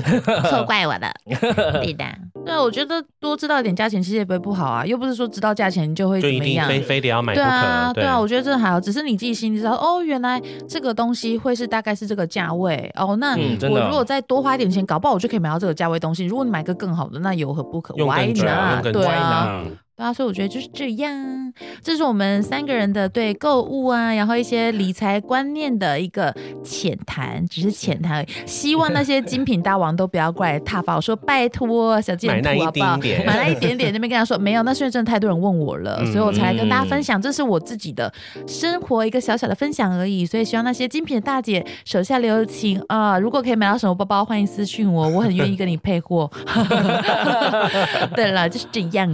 Speaker 4: 错怪我的，对的。对，我觉得多知道一点价钱其实也不会不好啊，又不是说知道价钱就会
Speaker 5: 就
Speaker 4: 怎
Speaker 5: 一
Speaker 4: 么
Speaker 5: 定
Speaker 4: 样。
Speaker 5: 非非得要买不
Speaker 4: 对啊，
Speaker 5: 可。
Speaker 4: 对啊，我觉得这还好，只是你自己心里知道，哦，原来这个东西会是大概是这个价位哦。那
Speaker 6: 嗯真的
Speaker 4: 我如果再多花一点钱，搞不好我就可以买到这个价位东西。如果你买个更好的，那有何不可
Speaker 5: <laughs> 用
Speaker 4: ？Why
Speaker 5: 更久，用
Speaker 4: not？
Speaker 5: 更久，
Speaker 4: 对啊，
Speaker 5: 嗯
Speaker 4: 对啊，所以我觉得就是这样，这是我们三个人的对购物啊，然后一些理财观念的一个浅谈，只是浅谈而已。希望那些精品大王都不要过来踏伐我说，拜托小贱
Speaker 5: 买那
Speaker 4: 兔好
Speaker 5: 一
Speaker 4: 不好
Speaker 5: 丁？
Speaker 4: <laughs>
Speaker 5: 点，
Speaker 4: 买了一点点，那边跟他说没有，那是因为真的太多人问我了，所以我才跟大家
Speaker 6: 嗯
Speaker 4: 分享，这是我自己的生活一个小小的分享而已。所以希望那些精品的大姐手下留情啊、如果可以买到什么包包，欢迎私讯我，我很愿意跟你配货。 <laughs> 对了，就是这样。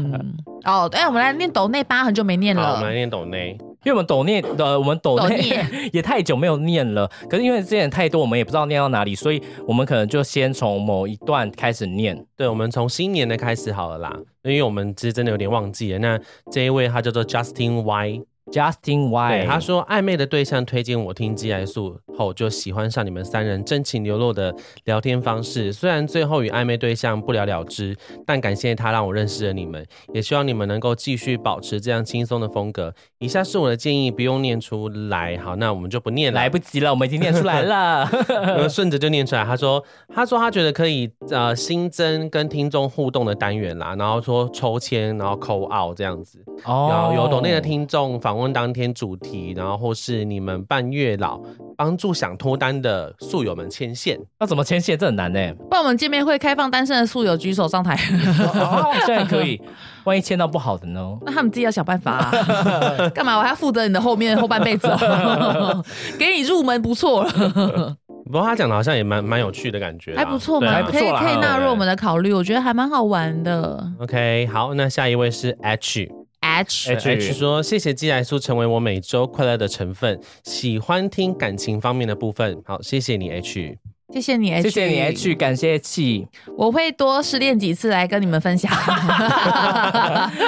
Speaker 4: 哦，对，我们来念抖内吧，很久没念
Speaker 5: 好，我
Speaker 4: 了
Speaker 5: 们。来念抖内，
Speaker 6: <laughs> 因为我们抖念，呃，我们抖
Speaker 4: 抖
Speaker 6: 念 <laughs>
Speaker 4: 念
Speaker 6: 也太久没有念了，可是因为之前太多，我们也不知道念到哪里，所以我们可能就先从某一段开始念。
Speaker 5: 对，我们从新年的开始好了啦，因为我们其实真的有点忘记了。那这一位他叫做 Justin Y，
Speaker 6: Justin
Speaker 5: 对，
Speaker 6: Y，
Speaker 5: 他说暧昧的对象推荐我听《鸡来素》后，就喜欢上你们三人真情流露的聊天方式。虽然最后与暧昧对象不了了之，但感谢他让我认识了你们，也希望你们能够继续保持这样轻松的风格。以下是我的建议，不用念出来。好，那我们就不念了，
Speaker 6: 来不及了，我们已经念出来了。
Speaker 5: <laughs> 呃，顺着就念出来。他说， <laughs> 他说他觉得可以呃新增跟听众互动的单元啦，然后说抽签，然后扣 out 这样子。
Speaker 6: 哦
Speaker 5: 有有懂内的听众访问当天主题，然后或是你们办月老，帮助想脱单的宿友们牵线。
Speaker 6: 要怎么牵线，这很难呢、欸
Speaker 4: 不然我们见面会开放单身的宿友举手
Speaker 5: <laughs>
Speaker 4: 上台，
Speaker 6: 哦，这样也可以，万一牵到不好的呢？
Speaker 4: 那他们自己要想办法、
Speaker 5: <laughs>
Speaker 4: 啊。干嘛？我还要负责你的后面后半辈子、
Speaker 5: <laughs>
Speaker 4: 哦，给你入门不错了。
Speaker 5: 不过他讲的好像也蛮蛮有趣的感觉啦，
Speaker 4: 还不错
Speaker 5: 对
Speaker 4: 嘛，
Speaker 5: 啊
Speaker 4: 可以可以纳入我们的考虑，我觉得还蛮好玩的。
Speaker 5: OK，好，那下一位是 H。
Speaker 4: H，
Speaker 6: H
Speaker 5: H 说：“谢谢寄来书成为我每周快乐的成分，喜欢听感情方面的部分。好，谢谢你 H。
Speaker 4: 谢谢你 H，
Speaker 6: 谢谢你 H，感谢 H。
Speaker 4: 我会多失恋几次来跟你们分享。 <laughs>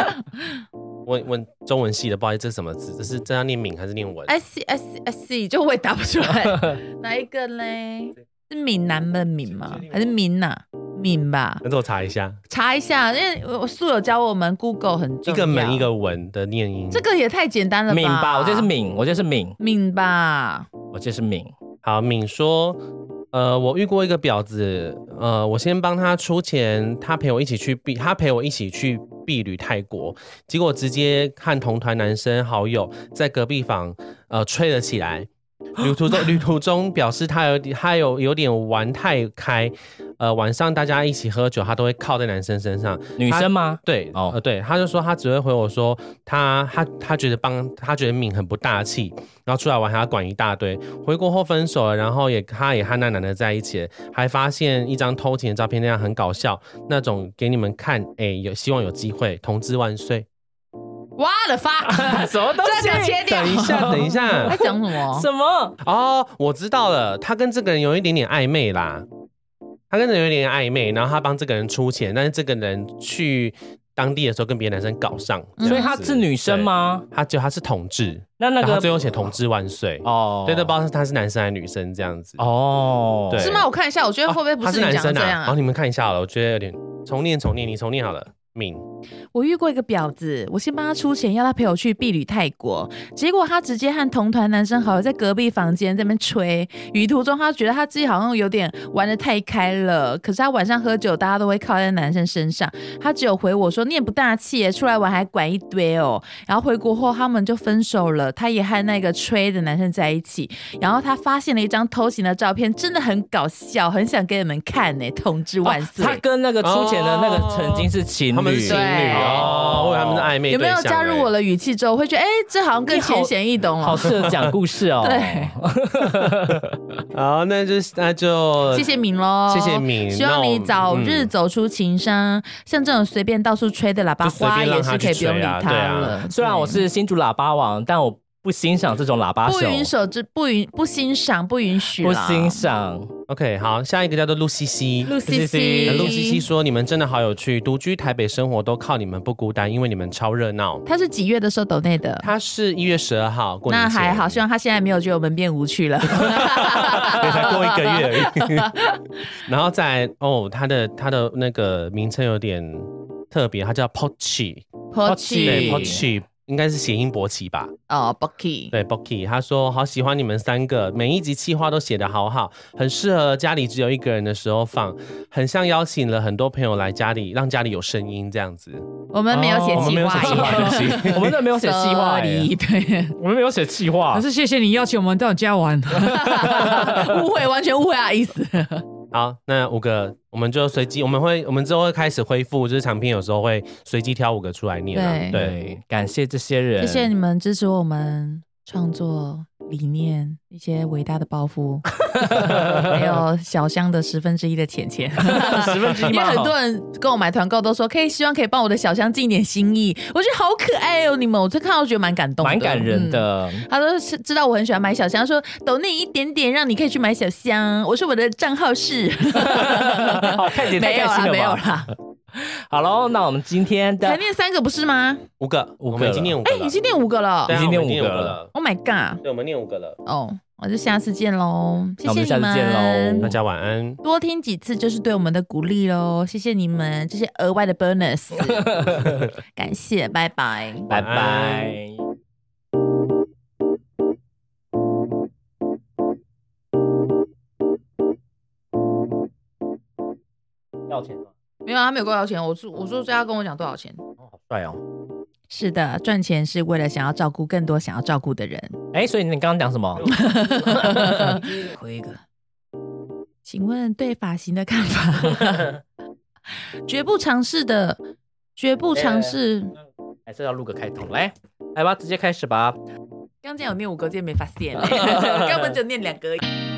Speaker 5: 问问中文系的，不好意思，这是什么字？这是真要念敏还是念文？
Speaker 4: S S S 就会答不出来，哪一个嘞？是闽南的闽吗？还是闽呐、闽吧，
Speaker 5: 那我查一下，
Speaker 4: 查一下，因为我宿友教我们 Google 很
Speaker 5: 一
Speaker 4: 重要。
Speaker 5: 个门一，个文的念音。
Speaker 4: 这个也太简单了吧？
Speaker 6: 敏吧，我这是敏，我这是敏，
Speaker 4: 闽吧，
Speaker 6: 我这是敏。
Speaker 5: 好，敏说，呃，我遇过一个婊子，呃，我先帮他出钱，他陪我一起去避，他陪我一起去避旅泰国，结果直接和同团男生好友在隔壁房呃吹了起来。 <laughs> 旅途中，旅途中表示他有点他有有点玩太开，呃，晚上大家一起喝酒，他都会靠在男生身上。
Speaker 6: 女生吗？
Speaker 5: 对，
Speaker 6: 哦
Speaker 5: 哦、呃，对，他就说他只会回我说他他他觉得帮他觉得敏很不大气，然后出来玩还要管一大堆，回国后分手了，然后也他也和那男的在一起了，还发现一张偷情的照片，那样很搞笑，那种给你们看，哎、有希望有机会，同志万岁！
Speaker 4: 哇了发，
Speaker 6: 什么东
Speaker 4: 这个切掉。
Speaker 5: 等一下，等一下
Speaker 4: 在，讲
Speaker 6: <laughs>
Speaker 4: 什么？
Speaker 6: 什么？
Speaker 5: 哦，我知道了，他跟这个人有一点点暧昧啦，他跟这个人有一点点暧昧，然后他帮这个人出钱，但是这个人去当地的时候跟别的男生搞上，这样
Speaker 6: 所以她
Speaker 5: 子
Speaker 6: 是女生？吗
Speaker 5: 对？他就他是同志。
Speaker 6: 那哦那
Speaker 5: 然后
Speaker 6: 个
Speaker 5: 嗯最后写“同志万岁”，
Speaker 6: 哦，
Speaker 5: 对，都不知道他是男生还是女生这样子。
Speaker 6: 哦，
Speaker 5: 对
Speaker 4: 是吗？我看一下，我觉得
Speaker 5: 啊，
Speaker 4: 会不会不
Speaker 5: 他
Speaker 4: 是
Speaker 5: 是
Speaker 4: 你
Speaker 5: 男
Speaker 4: 讲的
Speaker 5: 生啊
Speaker 4: 这样啊
Speaker 5: 啊？好，你们看一下好了，我觉得有点重念重念，你重念好了。敏，
Speaker 4: 我遇过一个婊子，我先帮他出钱，要他陪我去避旅泰国，结果他直接和同团男生好友在隔壁房间在那边吹。旅途中，他觉得他自己好像有点玩的太开了，可是他晚上喝酒，大家都会靠在男生身上，他只有回我说：“你也不大气耶，出来玩还管一堆哦。”然后回国后，他们就分手了，他也和那个吹的男生在一起。然后他发现了一张偷情的照片，真的很搞笑，很想给你们看呢，同志万岁！
Speaker 6: 哦他跟那个出钱的那个曾经是情侣，
Speaker 5: 哦他们是情侣
Speaker 4: 对
Speaker 5: 哦，我以为他们是暧昧
Speaker 4: 有没有
Speaker 5: 对象
Speaker 4: 加入
Speaker 5: 欸
Speaker 4: 我的语气之后，会觉得哎、这好像更浅显易
Speaker 5: 哦
Speaker 4: 懂哦
Speaker 6: 好
Speaker 4: 了？
Speaker 6: 适合讲故事
Speaker 5: <laughs>
Speaker 6: 哦。
Speaker 4: 对，
Speaker 5: 好，那就那就
Speaker 4: 谢谢敏喽，
Speaker 5: 谢谢敏
Speaker 4: 希望你早
Speaker 5: 那我
Speaker 4: 日
Speaker 5: 嗯
Speaker 4: 走出情伤。像这种随便到处吹的喇叭
Speaker 5: 就随
Speaker 4: 花，
Speaker 5: 便
Speaker 4: 也
Speaker 5: 让
Speaker 4: 是
Speaker 5: 他
Speaker 4: 可以
Speaker 5: 去
Speaker 4: 不用
Speaker 5: 吹
Speaker 4: 理
Speaker 5: 啊
Speaker 4: 他
Speaker 5: 对啊
Speaker 4: 了。
Speaker 6: 虽然我是新竹喇叭王，但我不欣赏这种喇叭
Speaker 4: 不
Speaker 6: 手，
Speaker 4: 允守之，不允不欣赏，不允许
Speaker 6: 不
Speaker 4: 啦
Speaker 6: 欣赏。
Speaker 5: OK，好，下一个叫做陆西西。
Speaker 4: 陆西西
Speaker 5: 呃陆西西说：“你们真的好有趣，独居台北生活都靠你们不孤单，因为你们超热闹。
Speaker 4: 他是几月的时候抖内”的？
Speaker 5: 他是一月十二号过年
Speaker 4: 那
Speaker 5: 前
Speaker 4: 还好，希望他现在没有觉得我们变无
Speaker 5: <laughs>
Speaker 4: 趣了。 <laughs>
Speaker 5: 对，才过一个月而已。 <laughs> 然后再来哦，他的他的那个名称有点特别，他叫 Pochi，
Speaker 4: 抛
Speaker 5: 对
Speaker 4: 弃
Speaker 5: Pochi。应该是谐音勃起吧？
Speaker 4: 哦 b o c k y
Speaker 5: 对，Boki，他说好喜欢你们三个，每一集企划都写得好好，很适合家里只有一个人的时候放，很像邀请了很多朋友来家里，让家里有声音这样子。
Speaker 4: 我们没有写
Speaker 5: 哦我们
Speaker 4: 计
Speaker 5: 没有写计划，
Speaker 4: 划，
Speaker 5: 对不起。
Speaker 6: 我们这
Speaker 5: <laughs>
Speaker 6: 没有写计划耶，
Speaker 4: Sorry，对。
Speaker 7: 我们没有写计划
Speaker 8: 可，是谢谢你邀请我们到你家玩，
Speaker 4: <laughs> 误会，完全误会啊，意思。
Speaker 5: 好，那五个我们就随机，我们会我们之后会开始恢复，就是长篇有时候会随机挑五个出来念啊、
Speaker 4: 对
Speaker 5: 对，
Speaker 6: 感谢这些人，
Speaker 4: 谢谢你们支持我们创作理念，一些伟大的抱负，还有小香的十分之一的钱钱。
Speaker 6: <laughs> 十分之一
Speaker 4: 因为
Speaker 6: 吗
Speaker 4: 很多人跟我买团购都说，可以希望可以帮我的小香尽一点心意，我觉得好可爱哦！你们，我这看到觉得蛮感动的，
Speaker 6: 蛮感人
Speaker 4: 嗯。
Speaker 6: 的。 <laughs>
Speaker 4: 他都是知道我很喜欢买小香，说抖那一点点，让你可以去买小香。我说我的账
Speaker 6: <laughs>
Speaker 4: 号是，
Speaker 6: 好哦看起来
Speaker 4: 没
Speaker 6: 太开
Speaker 4: 有啦，
Speaker 6: 心了吧啊
Speaker 4: 没有啦，
Speaker 6: 好喽，那我们今天
Speaker 4: 才
Speaker 6: 的
Speaker 4: 念三个不是吗？
Speaker 5: 五个，
Speaker 6: 五个
Speaker 5: 我们已经念五个
Speaker 4: 哎、
Speaker 5: 了，
Speaker 4: 已经念五个了
Speaker 5: 对啊
Speaker 6: 已经念
Speaker 5: 我们
Speaker 6: 五个了
Speaker 5: 了，
Speaker 4: ，Oh my god！
Speaker 5: 对，我们念五个了，
Speaker 4: 哦，我就下次见喽，谢
Speaker 6: 那我
Speaker 4: 谢
Speaker 6: 们
Speaker 4: 你
Speaker 6: 下次见
Speaker 4: 们，
Speaker 6: 喽
Speaker 5: 大家晚安。
Speaker 4: 多听几次就是对我们的鼓励喽，谢谢你们这些额外的
Speaker 6: <laughs>
Speaker 4: bonus，感谢，拜拜。
Speaker 6: 拜
Speaker 5: 晚
Speaker 6: 拜
Speaker 5: 安。
Speaker 6: 要钱吗？
Speaker 4: 没有啊，他没有跟我要钱，我说我说这要跟我讲多少钱？
Speaker 6: 哦好帅哦！
Speaker 4: 是的，赚钱是为了想要照顾更多想要照顾的人。
Speaker 6: 哎，所以你刚刚讲什么？
Speaker 4: 回一个，请问对发型的
Speaker 6: <laughs>
Speaker 4: 看法？绝不尝试的，绝不尝
Speaker 6: 哎
Speaker 4: 试。
Speaker 6: <laughs> 还是要录个开头来。来吧，直接开始吧。 <laughs>
Speaker 4: 刚才有念五个字没发现、欸，根本就念两个而已。